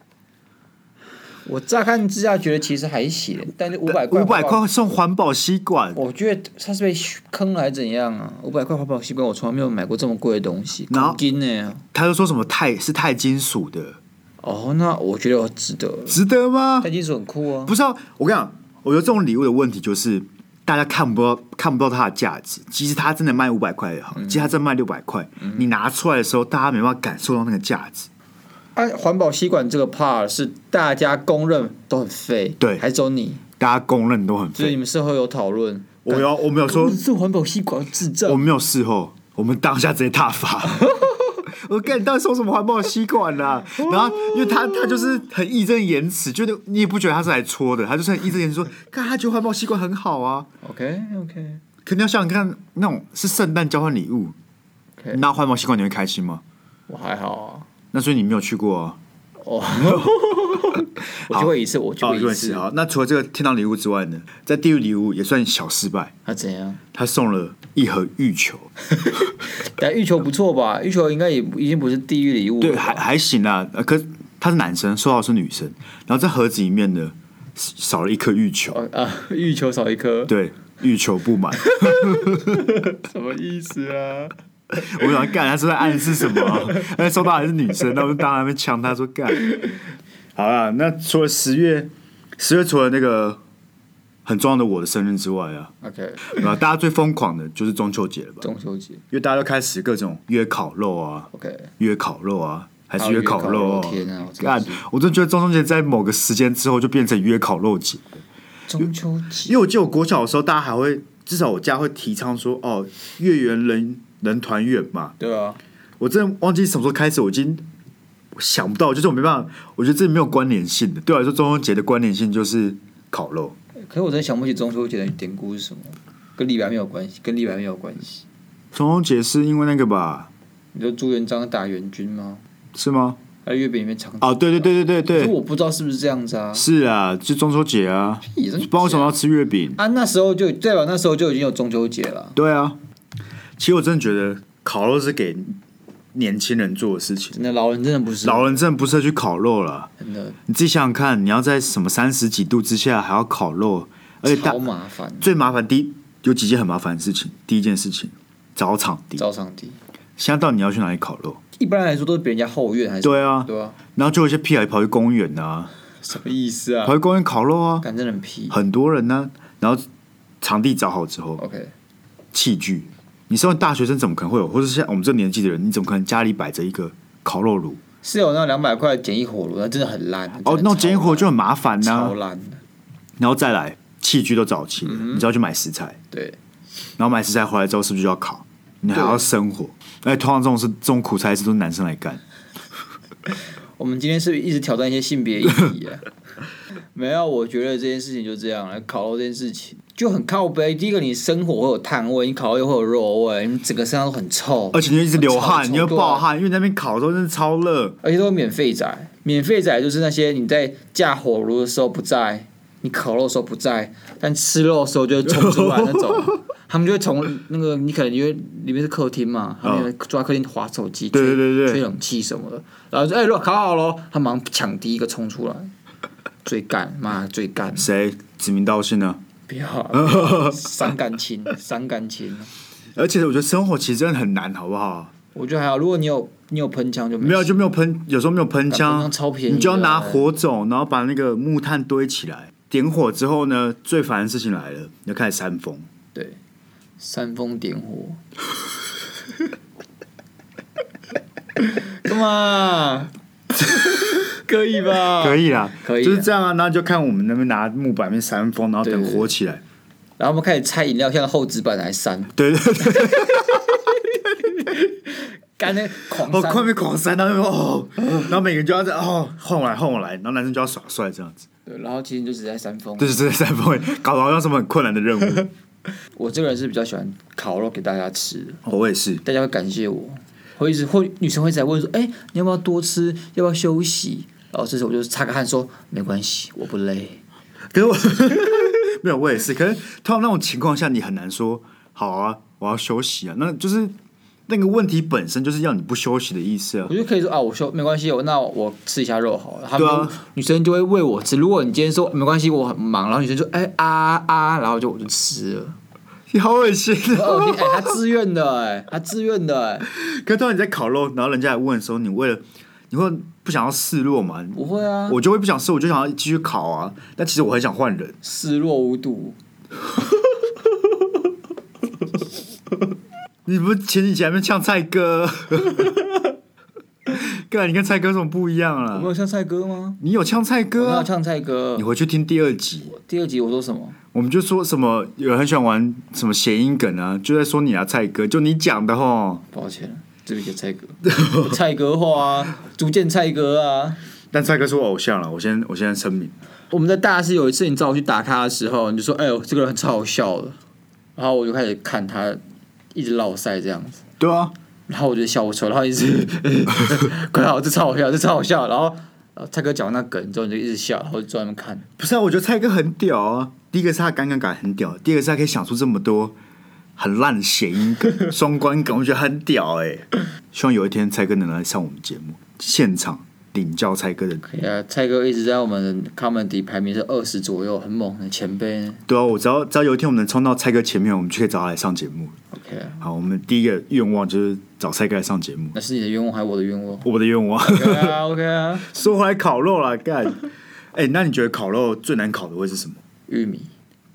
Speaker 2: 我乍看之下觉得其实还行，但是五百块，
Speaker 1: 五百块，会送环保吸管，
Speaker 2: 我觉得他是被坑了还是怎样啊？五百块环保吸管，我从来没有买过这么贵的东西，
Speaker 1: 然后
Speaker 2: 钳金呢？
Speaker 1: 他就说什么钛是钛金属的，
Speaker 2: 哦，那我觉得我值得了，
Speaker 1: 值得吗
Speaker 2: 但？金属很酷啊。
Speaker 1: 不是啊，我跟你讲，我觉得这种礼物的问题就是大家看不到看不到它的价值。即使它真的卖五百块也好，即使它真的卖六百块，你拿出来的时候，大家没办法感受到那个价值。
Speaker 2: 啊，环保吸管这个 part 是大家公认都很废，
Speaker 1: 对
Speaker 2: 还只有你，
Speaker 1: 大家公认都很
Speaker 2: 就是你
Speaker 1: 废。
Speaker 2: 们事后有讨论。
Speaker 1: 我有我没有说，
Speaker 2: 是环保吸管智障
Speaker 1: 我，没有事后，我们当下直接大 发。我跟你到底送什么环保吸管啦、然后，因为他他就是很义正言辞，就是你也不觉得他是来戳的，他就是很义正言辞说，看他觉得环保吸管很好啊。
Speaker 2: OK OK，
Speaker 1: 可你要想想看，那种是圣诞交换礼物
Speaker 2: OK
Speaker 1: 你拿环保吸管你会开心吗？
Speaker 2: 我还好啊。
Speaker 1: 那所以你没有去过啊？
Speaker 2: 哦， 我去过一次，我去过一次，
Speaker 1: 啊。那除了这个天堂礼物之外呢，在地狱礼物也算小失败，
Speaker 2: 啊怎样？
Speaker 1: 他送了一盒浴球，
Speaker 2: 但玉球不错吧？玉球应该也已经不是地狱礼物
Speaker 1: 对，
Speaker 2: 了
Speaker 1: 还
Speaker 2: 吧，
Speaker 1: 还行啊。呃可是他是男生，收到的是女生，然后在盒子里面呢少了一颗浴球，
Speaker 2: 哦啊， 玉球少一颗，
Speaker 1: 对，欲求不满。
Speaker 2: 什么意思啊？
Speaker 1: 我想干，他是在暗示什么、 啊？那收到还是女生，那我就当然被呛他说干。好啦，那除了十月，十月除了那个很重要的我的生日之外啊，
Speaker 2: OK，
Speaker 1: 然后大家最疯狂的就是中秋节了吧？
Speaker 2: 中秋节
Speaker 1: 因为大家都开始各种约烤肉啊，
Speaker 2: OK，
Speaker 1: 约烤肉啊，还
Speaker 2: 还
Speaker 1: 是
Speaker 2: 有
Speaker 1: 约烤肉、
Speaker 2: 约烤肉天啊我真的
Speaker 1: 干
Speaker 2: 是，
Speaker 1: 我真的觉得中秋节在某个时间之后就变成约烤肉节，
Speaker 2: 中秋节
Speaker 1: 因为我记得我国小的时候，大家还会至少我家会提倡说，哦，月圆人人团圆嘛，
Speaker 2: 对啊，
Speaker 1: 我真的忘记什么时候开始，我已经想不到，就是我没办法，我觉得这没有关联性的。对我来说，中秋节的关联性就是烤肉。
Speaker 2: 可是我真的想不起中秋节的典故是什么，跟李白没有关系，跟李白没有关系。
Speaker 1: 中秋节是因为那个吧？
Speaker 2: 你说朱元璋打援军吗？
Speaker 1: 是吗？
Speaker 2: 在月饼里面藏
Speaker 1: 啊，对对对对对
Speaker 2: 可是
Speaker 1: 对，
Speaker 2: 我不知道是不是这样子啊。
Speaker 1: 是啊，就中秋节啊，
Speaker 2: 屁
Speaker 1: 不知道为什么要吃月饼。
Speaker 2: 啊，那时候就代表那时候就已经有中秋节了，
Speaker 1: 对啊，其实我真的觉得烤肉是给年轻人做的事情，
Speaker 2: 真的老人真的不是
Speaker 1: 老人真的不适合去烤肉了。
Speaker 2: 真的
Speaker 1: 你自己想想看，你要在什么三十几度之下还要烤肉，而且大
Speaker 2: 超麻烦，
Speaker 1: 最麻烦第一有几件很麻烦的事情。第一件事情找场地，
Speaker 2: 招场地。
Speaker 1: 现在到底你要去哪里烤肉？
Speaker 2: 一般来说都是别人家后院还是
Speaker 1: 对啊，
Speaker 2: 对啊，
Speaker 1: 然后就有一些屁孩跑去公园啊，
Speaker 2: 什么意思啊
Speaker 1: 跑？去公园烤肉啊，
Speaker 2: 感真的很皮。
Speaker 1: 很多人呢、然后场地找好之后，
Speaker 2: OK，
Speaker 1: 器具，你身为大学生怎么可能会有？或者像我们这年纪的人，你怎么可能家里摆着一个烤肉炉？
Speaker 2: 是有那两百块简易火炉，那真的很烂。
Speaker 1: 哦，那种简易火就
Speaker 2: 很
Speaker 1: 很麻烦啊呐、
Speaker 2: 超烂的。
Speaker 1: 然后再来器具都找齐了，你就要去买食材，
Speaker 2: 嗯对，
Speaker 1: 然后买食材回来之后是不是就要烤？你还要生火？哎，通常这种是这种苦差事都是男生来干。
Speaker 2: 我们今天是不是一直挑战一些性别议题啊？没有，我觉得这件事情就这样了。烤肉这件事情就很靠背。第一个，你生火会有炭味，你烤肉又会有肉味，你整个身上都很臭，
Speaker 1: 而且你就一直流汗，
Speaker 2: 超
Speaker 1: 你又
Speaker 2: 臭
Speaker 1: 爆汗，因为那边烤的时候真的超热。
Speaker 2: 而且都是免费仔。免费仔就是那些你在架火炉的时候不在，你烤肉的时候不在，但吃肉的时候就会冲出来那
Speaker 1: 哦
Speaker 2: 种。 他们就会从那个你可能因为里面是客厅嘛，他们就抓客厅划手机，
Speaker 1: 对对对对
Speaker 2: 吹冷气什么的，然后就哎，肉烤好了，他马上抢第一个冲出来，最干，妈 最干，
Speaker 1: 谁指名道姓呢？
Speaker 2: 不要啊不要伤感情，伤感情。
Speaker 1: 而且我觉得生活其实真的很难，好不好？
Speaker 2: 我觉得还好，如果你有你有喷枪就没
Speaker 1: 没有
Speaker 2: 事
Speaker 1: 就没有喷，有时候没有喷
Speaker 2: 打
Speaker 1: 枪，
Speaker 2: 喷枪超便宜的啊
Speaker 1: 你就要拿火种，然后把那个木炭堆起来。点火之后呢，最烦的事情来了，你要开始扇风。
Speaker 2: 对，煽风点火。 干嘛？ 可以吧？
Speaker 1: 可以啦，
Speaker 2: 可以啊
Speaker 1: 就是这样啊。那就看我们能不能拿木板面扇风，然后等
Speaker 2: 对对对
Speaker 1: 火起来。
Speaker 2: 然后我们开始拆饮料，像厚纸板来扇，
Speaker 1: 对 对对，
Speaker 2: 干那狂
Speaker 1: 哦，
Speaker 2: 扇。
Speaker 1: 快被狂扇，然后就哦，然后每个人就要在哦换我来换我来，然后男生就要耍帅这样子，
Speaker 2: 对，然后其实你就只是在扇风。
Speaker 1: 就是真的扇风，搞得好像什么很困难的任 务。
Speaker 2: 我这个人是比较喜欢烤肉给大家吃的，
Speaker 1: 哦我也是，
Speaker 2: 大家会感谢我，会一直会女生会一直在问说：“哎、你要不要多吃？要不要休息？”然后这时候我就擦个汗说：“没关系，我不累。
Speaker 1: 可是我 没有，我也是。可是通常那种情况下，你很难说好啊，我要休息啊。那就是那个问题本身就是要你不休息的意 思啊”。
Speaker 2: 我就可以说：“啊，我休没关系，我那我吃一下肉好了。”他
Speaker 1: 对
Speaker 2: 们就、
Speaker 1: 啊
Speaker 2: 女生就会喂我吃。如果你今天说没关系，我很忙，然后女生就哎、啊啊，然后就我就吃 了。
Speaker 1: 你好恶心
Speaker 2: 我
Speaker 1: 啊！
Speaker 2: 耳听哎，他自愿的哎、他自愿的哎、
Speaker 1: 可是当你在烤肉，然后人家来问的时候，你为了你会不想要示弱嘛？
Speaker 2: 我会啊，
Speaker 1: 我就会不想示，我就想要继续烤啊。但其实我很想换人。
Speaker 2: 视若无睹。
Speaker 1: 你不是前几集还没呛蔡哥？ 哥，你跟蔡哥有什么不一样
Speaker 2: 我
Speaker 1: 啊
Speaker 2: 没？有像蔡哥吗？
Speaker 1: 你有呛蔡
Speaker 2: 我
Speaker 1: 哥
Speaker 2: 没有
Speaker 1: 啊？
Speaker 2: 像蔡哥
Speaker 1: 你。回去听第二集。
Speaker 2: 第二集我说什么？
Speaker 1: 我们就说什么有人很喜欢玩什么谐音梗啊，就在说你啊，蔡哥，就你讲的吼。
Speaker 2: 抱歉，对不起蔡 哥，蔡哥话啊，逐渐蔡哥啊。
Speaker 1: 但蔡哥是我偶像了，我先我先声明，
Speaker 2: 我们在大四有一次，你找我去打卡的时候，你就说：“哎呦，这个人超好笑的。”然后我就开始看他一直落赛这样子，
Speaker 1: 对啊，
Speaker 2: 然后我就笑不出来，然后 一直快好，这超好笑，这超好笑。然后，然后蔡哥讲那梗之后，你就一直笑，然后就坐在那边看。
Speaker 1: 不是啊，我觉得蔡哥很屌啊。第一个是他的尴尬感很屌，第二个是他可以想出这么多很烂的谐音梗、 双关梗，我觉得很屌哎、希望有一天蔡哥能来上我们节目，现场领教蔡哥的。
Speaker 2: 可以啊，蔡哥一直在我们 comedy 排名是二十左右，很猛的前辈。
Speaker 1: 对啊，我只要只要有一天我们能冲到蔡哥前面，我们就可以找他来上节目。
Speaker 2: OK，啊
Speaker 1: 好，我们第一个愿望就是找蔡哥来上节目，
Speaker 2: 那是你的愿望还是我的愿 望
Speaker 1: 我的愿望。
Speaker 2: ？OK 啊，OK 啊，
Speaker 1: 说回来烤肉啦，干，哎、那你觉得烤肉最难烤的会是什么？
Speaker 2: 玉米，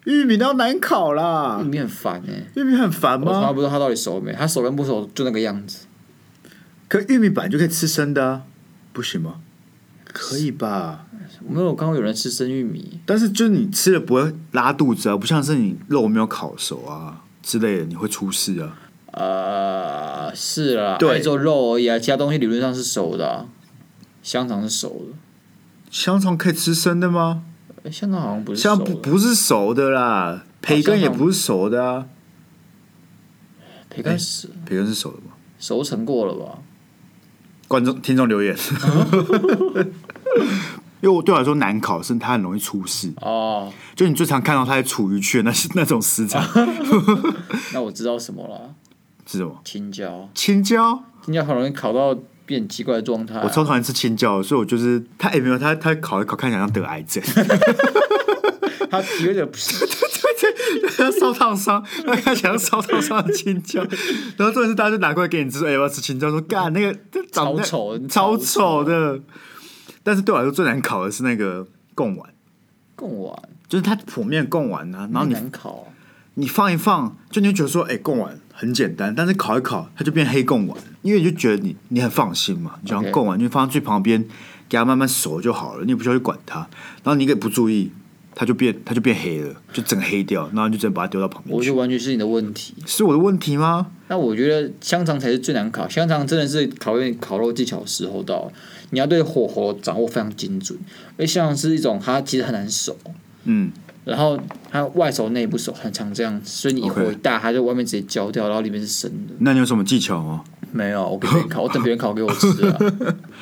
Speaker 1: 玉米都难烤啦
Speaker 2: 玉，米很烦哎、
Speaker 1: 玉米很烦
Speaker 2: 我从来
Speaker 1: 吗？
Speaker 2: 不知道它到底熟没，它熟跟不熟就那个样子。
Speaker 1: 可玉米本来就可以吃生的、啊，不行吗？可以吧？
Speaker 2: 我没有看过有人吃生玉米，
Speaker 1: 但是就是你吃了不会拉肚子啊，不像是你肉没有烤熟啊之类的，你会出事啊。
Speaker 2: 呃，是啦，
Speaker 1: 对
Speaker 2: 爱做肉而已啊，其他东西理论上是熟的、啊，香肠是熟的，
Speaker 1: 香肠可以吃生的吗？
Speaker 2: 诶香肠好像不是熟
Speaker 1: 香不
Speaker 2: 的，
Speaker 1: 不是熟的啦，培根也不是熟的啊，
Speaker 2: 培根是
Speaker 1: 培根是熟的吗？
Speaker 2: 熟成过了吧？
Speaker 1: 观众听众留 言，因为我对我来说难烤是它很容易出事。
Speaker 2: 哦，
Speaker 1: 就你最常看到它在处于区的那是 那种食材
Speaker 2: 那我知道什么了，
Speaker 1: 是什么？
Speaker 2: 青椒，
Speaker 1: 青椒，
Speaker 2: 青椒很容易烤到变奇怪的状态啊、
Speaker 1: 我超讨厌吃青椒的，所以我就是它哎也没有它它烤一烤，看起来像得癌症，
Speaker 2: 它有点
Speaker 1: 它烧烫伤，它看起来像烧烫伤的青椒。然后重点是大家就拿过来给你吃，说哎、要不要吃青椒？说干那个这长得
Speaker 2: 超丑的
Speaker 1: 超
Speaker 2: 超
Speaker 1: 丑
Speaker 2: 丑
Speaker 1: 的。但是对我来说最难烤的是那个贡丸，
Speaker 2: 贡丸，
Speaker 1: 就是它普面贡丸啊，然后
Speaker 2: 很
Speaker 1: 你
Speaker 2: 难烤啊、
Speaker 1: 你放一放，就你会觉得说，哎、贡丸很简单，但是烤一烤，它就变黑贡丸，因为你就觉得你你很放心嘛，你就像
Speaker 2: OK
Speaker 1: 贡丸，你就放在最旁边，给它慢慢熟就好了，你也不需要去管它。然后你一个不注意，它就变它就变黑了，就整个黑掉，然后你就直接把它丢到旁边
Speaker 2: 我
Speaker 1: 去
Speaker 2: 觉。得完全是你的问题。
Speaker 1: 是我的问题吗？
Speaker 2: 那我觉得香肠才是最难烤，香肠真的是考验烤肉技巧的时候到，你要对火候掌握非常精准，因为香肠是一种它其实很难熟，
Speaker 1: 嗯，
Speaker 2: 然后它外熟内不熟，很常这样，所以你一
Speaker 1: OK
Speaker 2: 火一大，它就外面直接焦掉，然后里面是生的。
Speaker 1: 那你有什么技巧吗？
Speaker 2: 没有，我给别人 烤，我等别人烤给我吃啊。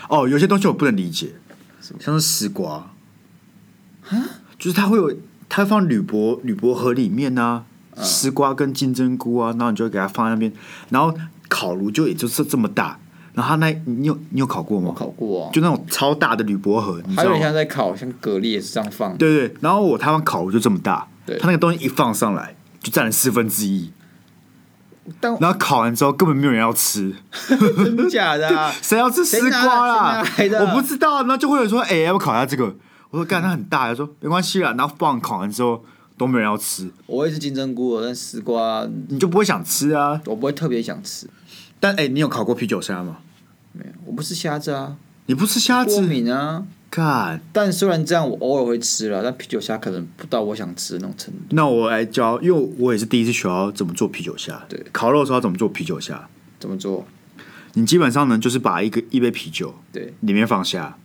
Speaker 1: 哦，有些东西我不能理解，像是丝瓜，就是它会有，它会放铝箔铝箔盒里面啊，丝瓜跟金针菇啊，然后你就给它放在那边，然后烤炉就也就是这么大，然后它那你有你有烤过吗？
Speaker 2: 烤过、哦，
Speaker 1: 就那种超大的铝箔盒，你知
Speaker 2: 还有
Speaker 1: 道
Speaker 2: 点
Speaker 1: 吗？
Speaker 2: 像在烤，像蛤蜊也是这样放。
Speaker 1: 对对，然后我他们烤炉就这么大，
Speaker 2: 对
Speaker 1: 它那个东西一放上来就占了四分之一，
Speaker 2: 但
Speaker 1: 然后烤完之后根本没有人要吃，
Speaker 2: 真的假的、啊？
Speaker 1: 谁要吃丝瓜啦？
Speaker 2: 谁拿来的
Speaker 1: 我不知道，然后就会有人说，哎、要不要烤一下这个？我说干，它很大，他说没关系啦，然后放烤完之后都没有人要吃，
Speaker 2: 我也是金针菇，但丝瓜
Speaker 1: 你就不会想吃啊。
Speaker 2: 我不会特别想吃。
Speaker 1: 但哎、你有烤过啤酒虾吗？
Speaker 2: 没有，我不吃虾子啊，
Speaker 1: 你不吃虾
Speaker 2: 过
Speaker 1: 子？
Speaker 2: 敏啊。
Speaker 1: 干，
Speaker 2: 但虽然这样，我偶尔会吃了，但啤酒虾可能不到我想吃的那种程度。
Speaker 1: 那我来教，因为我也是第一次学到怎么做啤酒虾。
Speaker 2: 对，
Speaker 1: 烤肉的时候要怎么做啤酒虾？
Speaker 2: 怎么做？
Speaker 1: 你基本上呢，就是把一个一杯啤酒
Speaker 2: 对
Speaker 1: 里面放虾，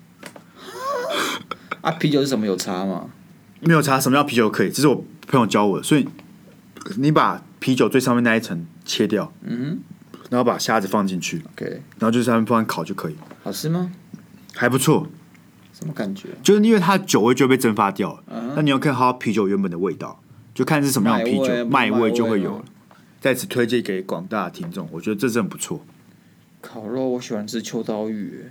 Speaker 2: 啊，啤酒是什么有差吗？
Speaker 1: 没有查什么叫啤酒可以，这是我朋友教我的，所以你把啤酒最上面那一层切掉，
Speaker 2: 嗯
Speaker 1: 然后把虾子放进去，
Speaker 2: 哼，OK，
Speaker 1: 然后就上面放烤就可以，
Speaker 2: 好吃吗？
Speaker 1: 还不错。
Speaker 2: 什么感觉？
Speaker 1: 就是因为它的酒味就会被蒸发掉了，
Speaker 2: 嗯哼
Speaker 1: 那你要看它啤酒原本的味道，就看是什么样的啤酒，麦
Speaker 2: 麦味啊
Speaker 1: 味就会
Speaker 2: 麦
Speaker 1: 有
Speaker 2: 味
Speaker 1: 了。在此推荐给广大的听众，我觉得这真的不错。
Speaker 2: 烤肉我喜欢吃秋刀鱼，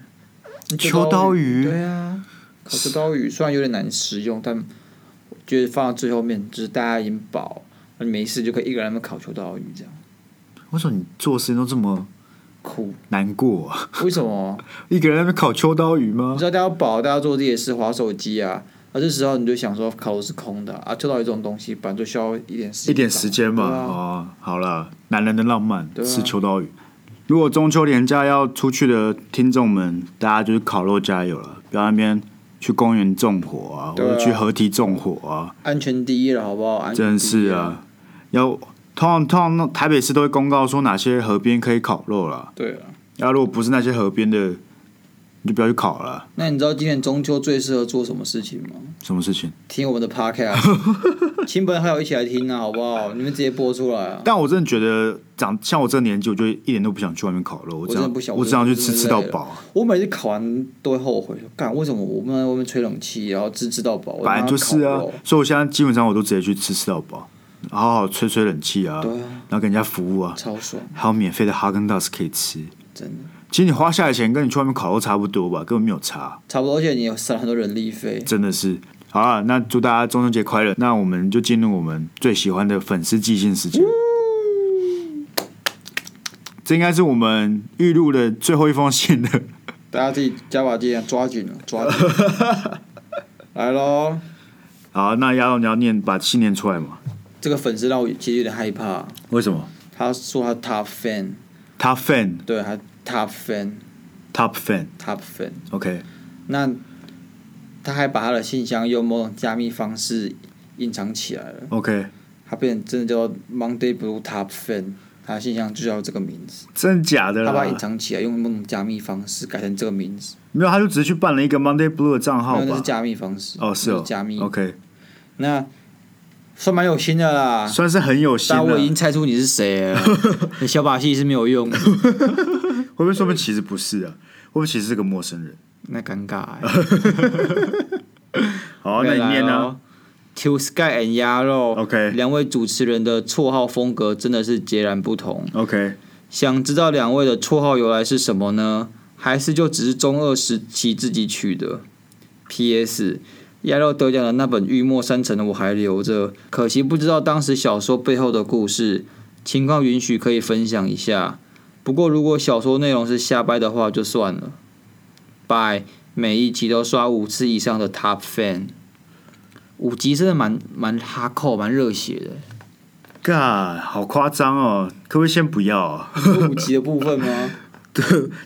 Speaker 1: 秋刀鱼
Speaker 2: 对啊，烤秋刀鱼虽然有点难食用，但我觉得放到最后面，就是大家已经饱，那没事就可以一个人在那边烤秋刀鱼这样。
Speaker 1: 为什么你做事情都这么
Speaker 2: 酷，
Speaker 1: 难过、啊？
Speaker 2: 为什么？
Speaker 1: 一个人在那边烤秋刀鱼吗
Speaker 2: 你？知道大家饱，大家做自己的事，划手机啊，啊这时候你就想说烤肉是空的啊，秋刀鱼这种东西本来就需要一点时间
Speaker 1: 一点时间嘛，
Speaker 2: 对啊
Speaker 1: 哦，好了，男人的浪漫
Speaker 2: 对啊
Speaker 1: 吃秋刀鱼。如果中秋连假要出去的听众们，大家就是烤肉加油了，不要在那边去公园纵火啊，或
Speaker 2: 对啊
Speaker 1: 者去河堤纵火啊，
Speaker 2: 安全第一了，好不好？安全
Speaker 1: 真
Speaker 2: 第一
Speaker 1: 是啊，，要通常通常那台北市都会公告说哪些河边可以烤肉啦。
Speaker 2: 对啊。
Speaker 1: 那如果不是那些河边的，你就不要去烤了。
Speaker 2: 那你知道今年中秋最适合做什么事情吗？
Speaker 1: 什么事情？
Speaker 2: 听我们的 podcast，亲朋好友一起来听啊，好不 好？你们直接播出来啊！
Speaker 1: 但我真的觉得长像我这个年纪，我就一点都不想去外面烤肉。我只
Speaker 2: 真的
Speaker 1: 想
Speaker 2: 不想
Speaker 1: 我
Speaker 2: 我
Speaker 1: 只
Speaker 2: 真
Speaker 1: 想
Speaker 2: 的
Speaker 1: 去
Speaker 2: 真
Speaker 1: 吃
Speaker 2: 的
Speaker 1: 吃到
Speaker 2: 累了
Speaker 1: 饱。
Speaker 2: 我每次考完都会后悔，说干为什么我们在外面吹冷气，然后吃吃到饱？我他妈
Speaker 1: 反正就是
Speaker 2: 要
Speaker 1: 啊
Speaker 2: 烤肉，
Speaker 1: 所以我现在基本上我都直接去吃吃到饱，好好吹吹冷气啊，
Speaker 2: 对啊，
Speaker 1: 然后给人家服务啊，
Speaker 2: 超爽，
Speaker 1: 还有免费的哈根达斯可以吃。
Speaker 2: 真的
Speaker 1: 其实你花下的钱跟你去外面烤肉差不多吧，根本没有差。
Speaker 2: 差不多。而且你有省了很多人力费，
Speaker 1: 真的是。好了，那祝大家中秋节快乐！那我们就进入我们最喜欢的粉丝寄信时间。
Speaker 2: 嗯
Speaker 1: 这应该是我们预录的最后一封信了。
Speaker 2: 大家自己加把劲啊，抓紧了，抓紧 了。来喽！
Speaker 1: 好，那亚龙你要念把信念出来吗？
Speaker 2: 这个粉丝让我其实有点害怕。
Speaker 1: 为什么
Speaker 2: 他说他 top fan，
Speaker 1: ？Top fan,
Speaker 2: 对，他 top fan，top
Speaker 1: top fan,
Speaker 2: fan。
Speaker 1: OK。
Speaker 2: 那他还把他的信箱用某种加密方式隐藏起来了，
Speaker 1: OK，
Speaker 2: 他变成真的叫 Monday Blue Top Fan，他的信箱就叫这个名字，
Speaker 1: 真假的
Speaker 2: 他把它
Speaker 1: 啦
Speaker 2: 隐？藏起来，用某种加密方式改成这个名字，
Speaker 1: 没有，他就只是去办了一个 Monday Blue 的账
Speaker 2: 没
Speaker 1: 号
Speaker 2: 有那是
Speaker 1: 吧？
Speaker 2: 加密方式，
Speaker 1: 哦，是哦
Speaker 2: 那，加密。
Speaker 1: OK，
Speaker 2: 那算蛮有心的啦，
Speaker 1: 算是很有心啊
Speaker 2: 但
Speaker 1: 了。
Speaker 2: 我已经
Speaker 1: 会
Speaker 2: 猜出你是谁 了，你小把戏是没有用的，
Speaker 1: 不会说明其实不是啊？会不会其实是个陌生人？
Speaker 2: 那尴尬、欸。
Speaker 1: 好，那你念啊。
Speaker 2: ？Q Sky and 鸭肉
Speaker 1: OK
Speaker 2: 两位主持人的绰号风格真的是截然不同。
Speaker 1: OK，
Speaker 2: 想知道两位的绰号由来是什么呢？还是就只是中二时期自己取的？P.S. 鸭肉得奖的那本《玉墨山城》我还留着，可惜不知道当时小说背后的故事。情况允许可以分享一下，不过如果小说内容是瞎掰的话就算了。拜，每一集都刷五次以上的 Top Fan，五集真的蛮蛮哈扣，蛮热血的。
Speaker 1: God，好夸张哦！可不可以先不要、 啊？
Speaker 2: 五集的部分吗？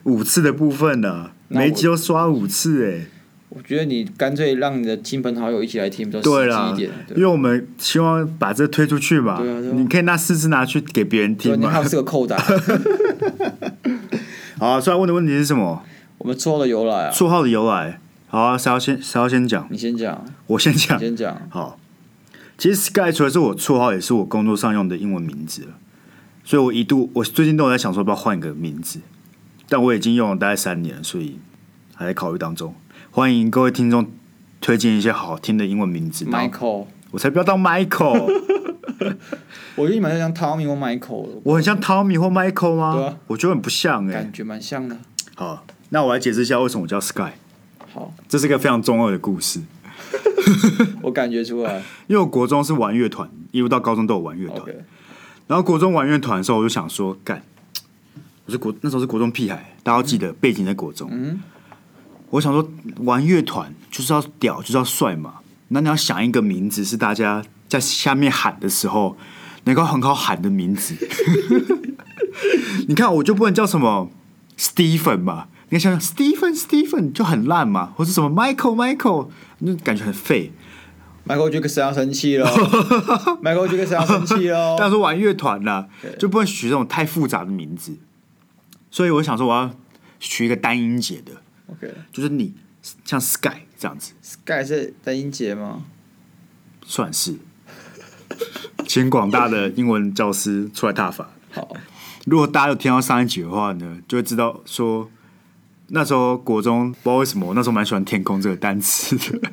Speaker 1: 五次的部分呢、啊？
Speaker 2: 那我
Speaker 1: 每一集都刷五次哎、
Speaker 2: 我觉得你干脆让你的亲朋好友一起来听，比较
Speaker 1: 对
Speaker 2: 实
Speaker 1: 啦
Speaker 2: 际一点。，
Speaker 1: 因为我们希望把这推出去嘛。
Speaker 2: 对啊对啊
Speaker 1: 你可以拿四次拿去给别人
Speaker 2: 对，啊
Speaker 1: 听
Speaker 2: 你还
Speaker 1: 嘛
Speaker 2: 有。是个扣 打。
Speaker 1: 好、啊，所以他问的问题是什么？
Speaker 2: 我们绰号的由来啊，
Speaker 1: 绰号的由来。好、啊，谁要先谁要先讲？
Speaker 2: 你先讲，
Speaker 1: 我先
Speaker 2: 你
Speaker 1: 讲。
Speaker 2: 先讲。
Speaker 1: 好，其实 Sky 除了是我绰号，也是我工作上用的英文名字了所以我一度我最近都有在想说要不要换个名字，但我已经用了大概三年了，所以还在考虑当中。欢迎各位听众推荐一些好听的英文名字。然后
Speaker 2: ，Michael，
Speaker 1: 我才不要当 Michael，
Speaker 2: 我觉得你蛮像 Tommy 或 Michael 的，
Speaker 1: 我很像 Tommy 或 Michael 吗？
Speaker 2: 对啊
Speaker 1: 我觉得很不像哎、
Speaker 2: 感觉蛮像的。
Speaker 1: 好，那我来解释一下为什么我叫 Sky。
Speaker 2: 好，
Speaker 1: 这是一个非常中二的故事，
Speaker 2: 我感觉出来。
Speaker 1: 因为我国中是玩乐团，一路到高中都有玩乐团。
Speaker 2: OK，
Speaker 1: 然后国中玩乐团的时候，我就想说，干，我是国那时候是国中屁孩，大家要记得背景在国中。
Speaker 2: 嗯
Speaker 1: 我想说，玩乐团就是要屌，就是要帅嘛。那你要想一个名字是大家在下面喊的时候能够很好喊的名字。 你看，我就不能叫什么 Stephen 嘛？你想想 Stephen Stephen 就很烂嘛，或是什么 Michael Michael，那感觉很废。
Speaker 2: ，Michael 就跟谁要生气 了？Michael 就跟谁要生气了？
Speaker 1: 但是玩乐团啦，就不能取这种太复杂的名字。所以我想说，我要取一个单音节的，就是你像 Sky 这样子，
Speaker 2: OK，Sky 是单音节吗？
Speaker 1: 算是。请广大的英文教师出来踏法。
Speaker 2: 好，
Speaker 1: 如果大家有听到上一集的话呢，就会知道说，那时候国中不知道为什么，我那时候蛮喜欢“天空”这个单词的，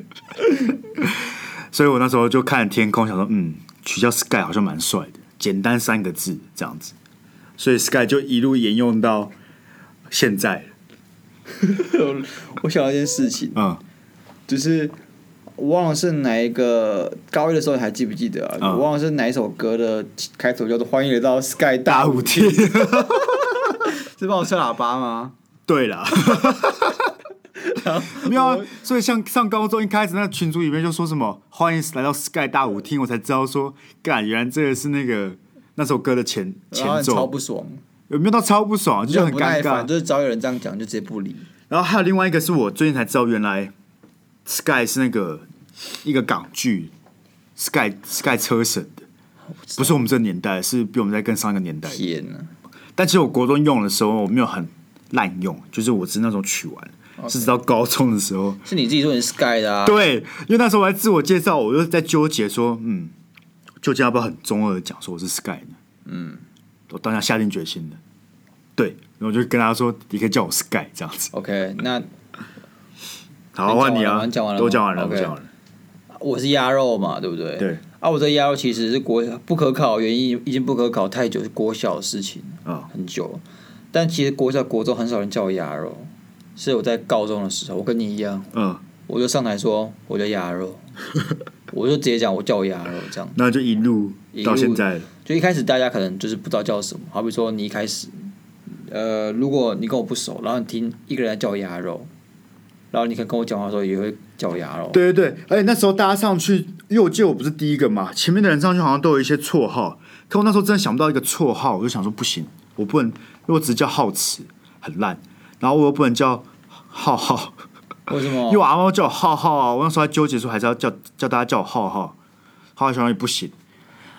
Speaker 1: 所以我那时候就看天空，想说，嗯，取消 sky 好像蛮帅的，简单三个字这样子，所以 sky 就一路沿用到现在。
Speaker 2: 我想到一件事情，
Speaker 1: 嗯，
Speaker 2: 就是我忘了是哪一个高一的时候，你还记不记得啊？
Speaker 1: 嗯
Speaker 2: 我忘了是哪一首歌的开头叫做“欢迎来到 Sky 大
Speaker 1: 大
Speaker 2: 舞
Speaker 1: 啊五天，”，
Speaker 2: 是帮我吹喇叭吗？
Speaker 1: 对啦。没有啊，所以像上高中一开始那群组里面就说什么“欢迎来到 Sky 大舞厅”，我才知道说，干，原来这个是那个那首歌的前前
Speaker 2: 然后你超
Speaker 1: 奏，
Speaker 2: 不爽，
Speaker 1: 有没有到超不爽，啊就是
Speaker 2: 就
Speaker 1: 很
Speaker 2: 不耐
Speaker 1: 尴
Speaker 2: 烦，
Speaker 1: 尬。
Speaker 2: 就是只要有人这样讲，就直接不理。
Speaker 1: 然后还有另外一个是我最近才知道，原来 Sky 是那个一个港剧 Sky Sky 车神的，不是我们这个年代，是比我们在更上一个年代的。
Speaker 2: 天呐，
Speaker 1: 但其实我国中用的时候，我没有很滥用，就是我是那种取完是直到高中的时候。
Speaker 2: 是你自己说你是 Sky 的啊？
Speaker 1: 对，因为那时候我还自我介绍，我就在纠结说，嗯，究竟要不要很中二的讲说我是 Sky 呢？嗯，我当下下定决心了。对，然后我就跟他说，你可以叫我 Sky 这样子。
Speaker 2: OK，那
Speaker 1: 好，换
Speaker 2: 你讲
Speaker 1: 你
Speaker 2: 完了
Speaker 1: 啊，
Speaker 2: 吗你讲完了
Speaker 1: 都
Speaker 2: 吗
Speaker 1: 讲完了，
Speaker 2: OK
Speaker 1: 都讲完了。
Speaker 2: 我是鸭肉嘛，对不对？
Speaker 1: 对。
Speaker 2: 啊，我这鸭肉其实是国不可考，原因已经不可考太久，是国小的事情，
Speaker 1: 啊
Speaker 2: 很久了。但其实国小、国中很少人叫我鸭肉，是我在高中的时候，我跟你一样，
Speaker 1: 嗯，
Speaker 2: 我就上台说我叫鸭肉，我就直接讲我叫我鸭肉这样。
Speaker 1: 那就一路到现在了。
Speaker 2: 就一开始大家可能就是不知道叫什么，好比说你一开始，呃，如果你跟我不熟，然后你听一个人在叫我鸭肉，然后你可能跟我讲话的时候也会叫我鸭肉，
Speaker 1: 对对对，而且那时候大家上去，因为我记得我不是第一个嘛，前面的人上去好像都有一些绰号，可我那时候真的想不到一个绰号，我就想说不行，我不能，因为我只叫浩慈很烂，然后我又不能叫浩浩，
Speaker 2: 为什么
Speaker 1: 因为？我阿妈叫我浩浩啊，我那时候还纠结说还是要叫叫大家叫我浩浩，浩浩想也不行，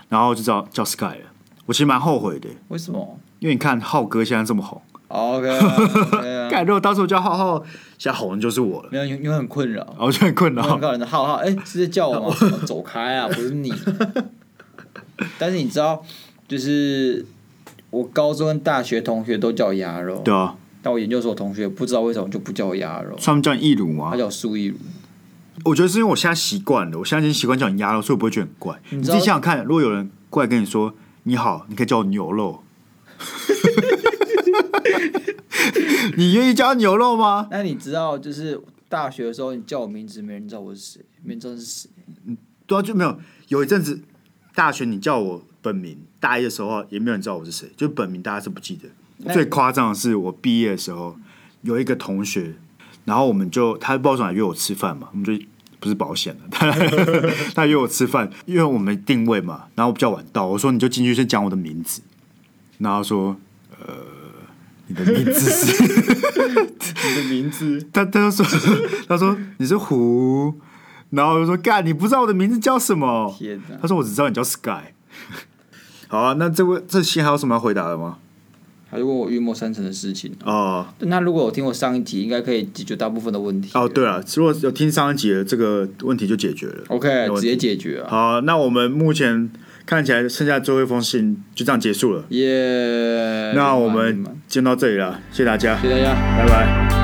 Speaker 1: 然后就叫叫 Sky 了，我其实蛮后悔的，
Speaker 2: 为什么哦
Speaker 1: 因为你看浩哥现在这么红，
Speaker 2: ？OK，, o
Speaker 1: 感
Speaker 2: k
Speaker 1: 如果当时我叫浩浩，现在红的就是我了，
Speaker 2: 没有，你你会很困扰，
Speaker 1: 然后就很困
Speaker 2: 然后
Speaker 1: 扰，
Speaker 2: 告人的浩浩，哎、是在叫我吗？走开啊，不是你。但是你知道，就是我高中跟大学同学都叫我鸭肉，
Speaker 1: 对啊，
Speaker 2: 但我研究所同学不知道为什么就不叫我鸭肉，
Speaker 1: 他们叫你易鲁吗
Speaker 2: 他？叫我苏一如。
Speaker 1: 我觉得是因为我现在习惯了，我现在已经习惯叫你鸭肉，所以我不会觉得很怪。
Speaker 2: 你
Speaker 1: 你
Speaker 2: 知
Speaker 1: 自
Speaker 2: 道
Speaker 1: 己想想看，如果有人过来跟你说“你好”，你可以叫我牛肉， 你愿意叫牛肉吗？
Speaker 2: 那你知道，就是大学的时候，你叫我名字，没人知道我是谁，没人知道 是谁。
Speaker 1: 对啊，就没有有一阵子大学你叫我本名，大一的时候也没有人知道我是谁，就本名大家是不记得。最夸张的是我毕业的时候，有一个同学，然后我们就他不知道怎么来约我吃饭嘛，我们就不是保险的， 他来他约我吃饭，因为我们定位嘛，然后我比较晚到，我说你就进去先讲我的名字，然后他说呃你的名字是，
Speaker 2: 你的名字
Speaker 1: 他他就说 他说你是胡，然后我就说干你不知道我的名字叫什么，
Speaker 2: 天哪！
Speaker 1: 他说：“我只知道你叫 Sky。”好啊，那这位这些还有什么要回答的吗？
Speaker 2: 他就问我玉墨三成的事情。啊
Speaker 1: 哦
Speaker 2: 那如果我听我上一题，应该可以解决大部分的问题。
Speaker 1: 哦，对了，如果有听上一集的这个问题就解决了。
Speaker 2: ，OK，
Speaker 1: 有问
Speaker 2: 直
Speaker 1: 题
Speaker 2: 接解决啊。
Speaker 1: 好啊，那我们目前看起来剩下最后一封信就这样结束了。
Speaker 2: 耶！
Speaker 1: 那我
Speaker 2: 满意
Speaker 1: 们
Speaker 2: 满
Speaker 1: 先到这里了，谢谢大家，
Speaker 2: 谢谢大家。
Speaker 1: 拜拜。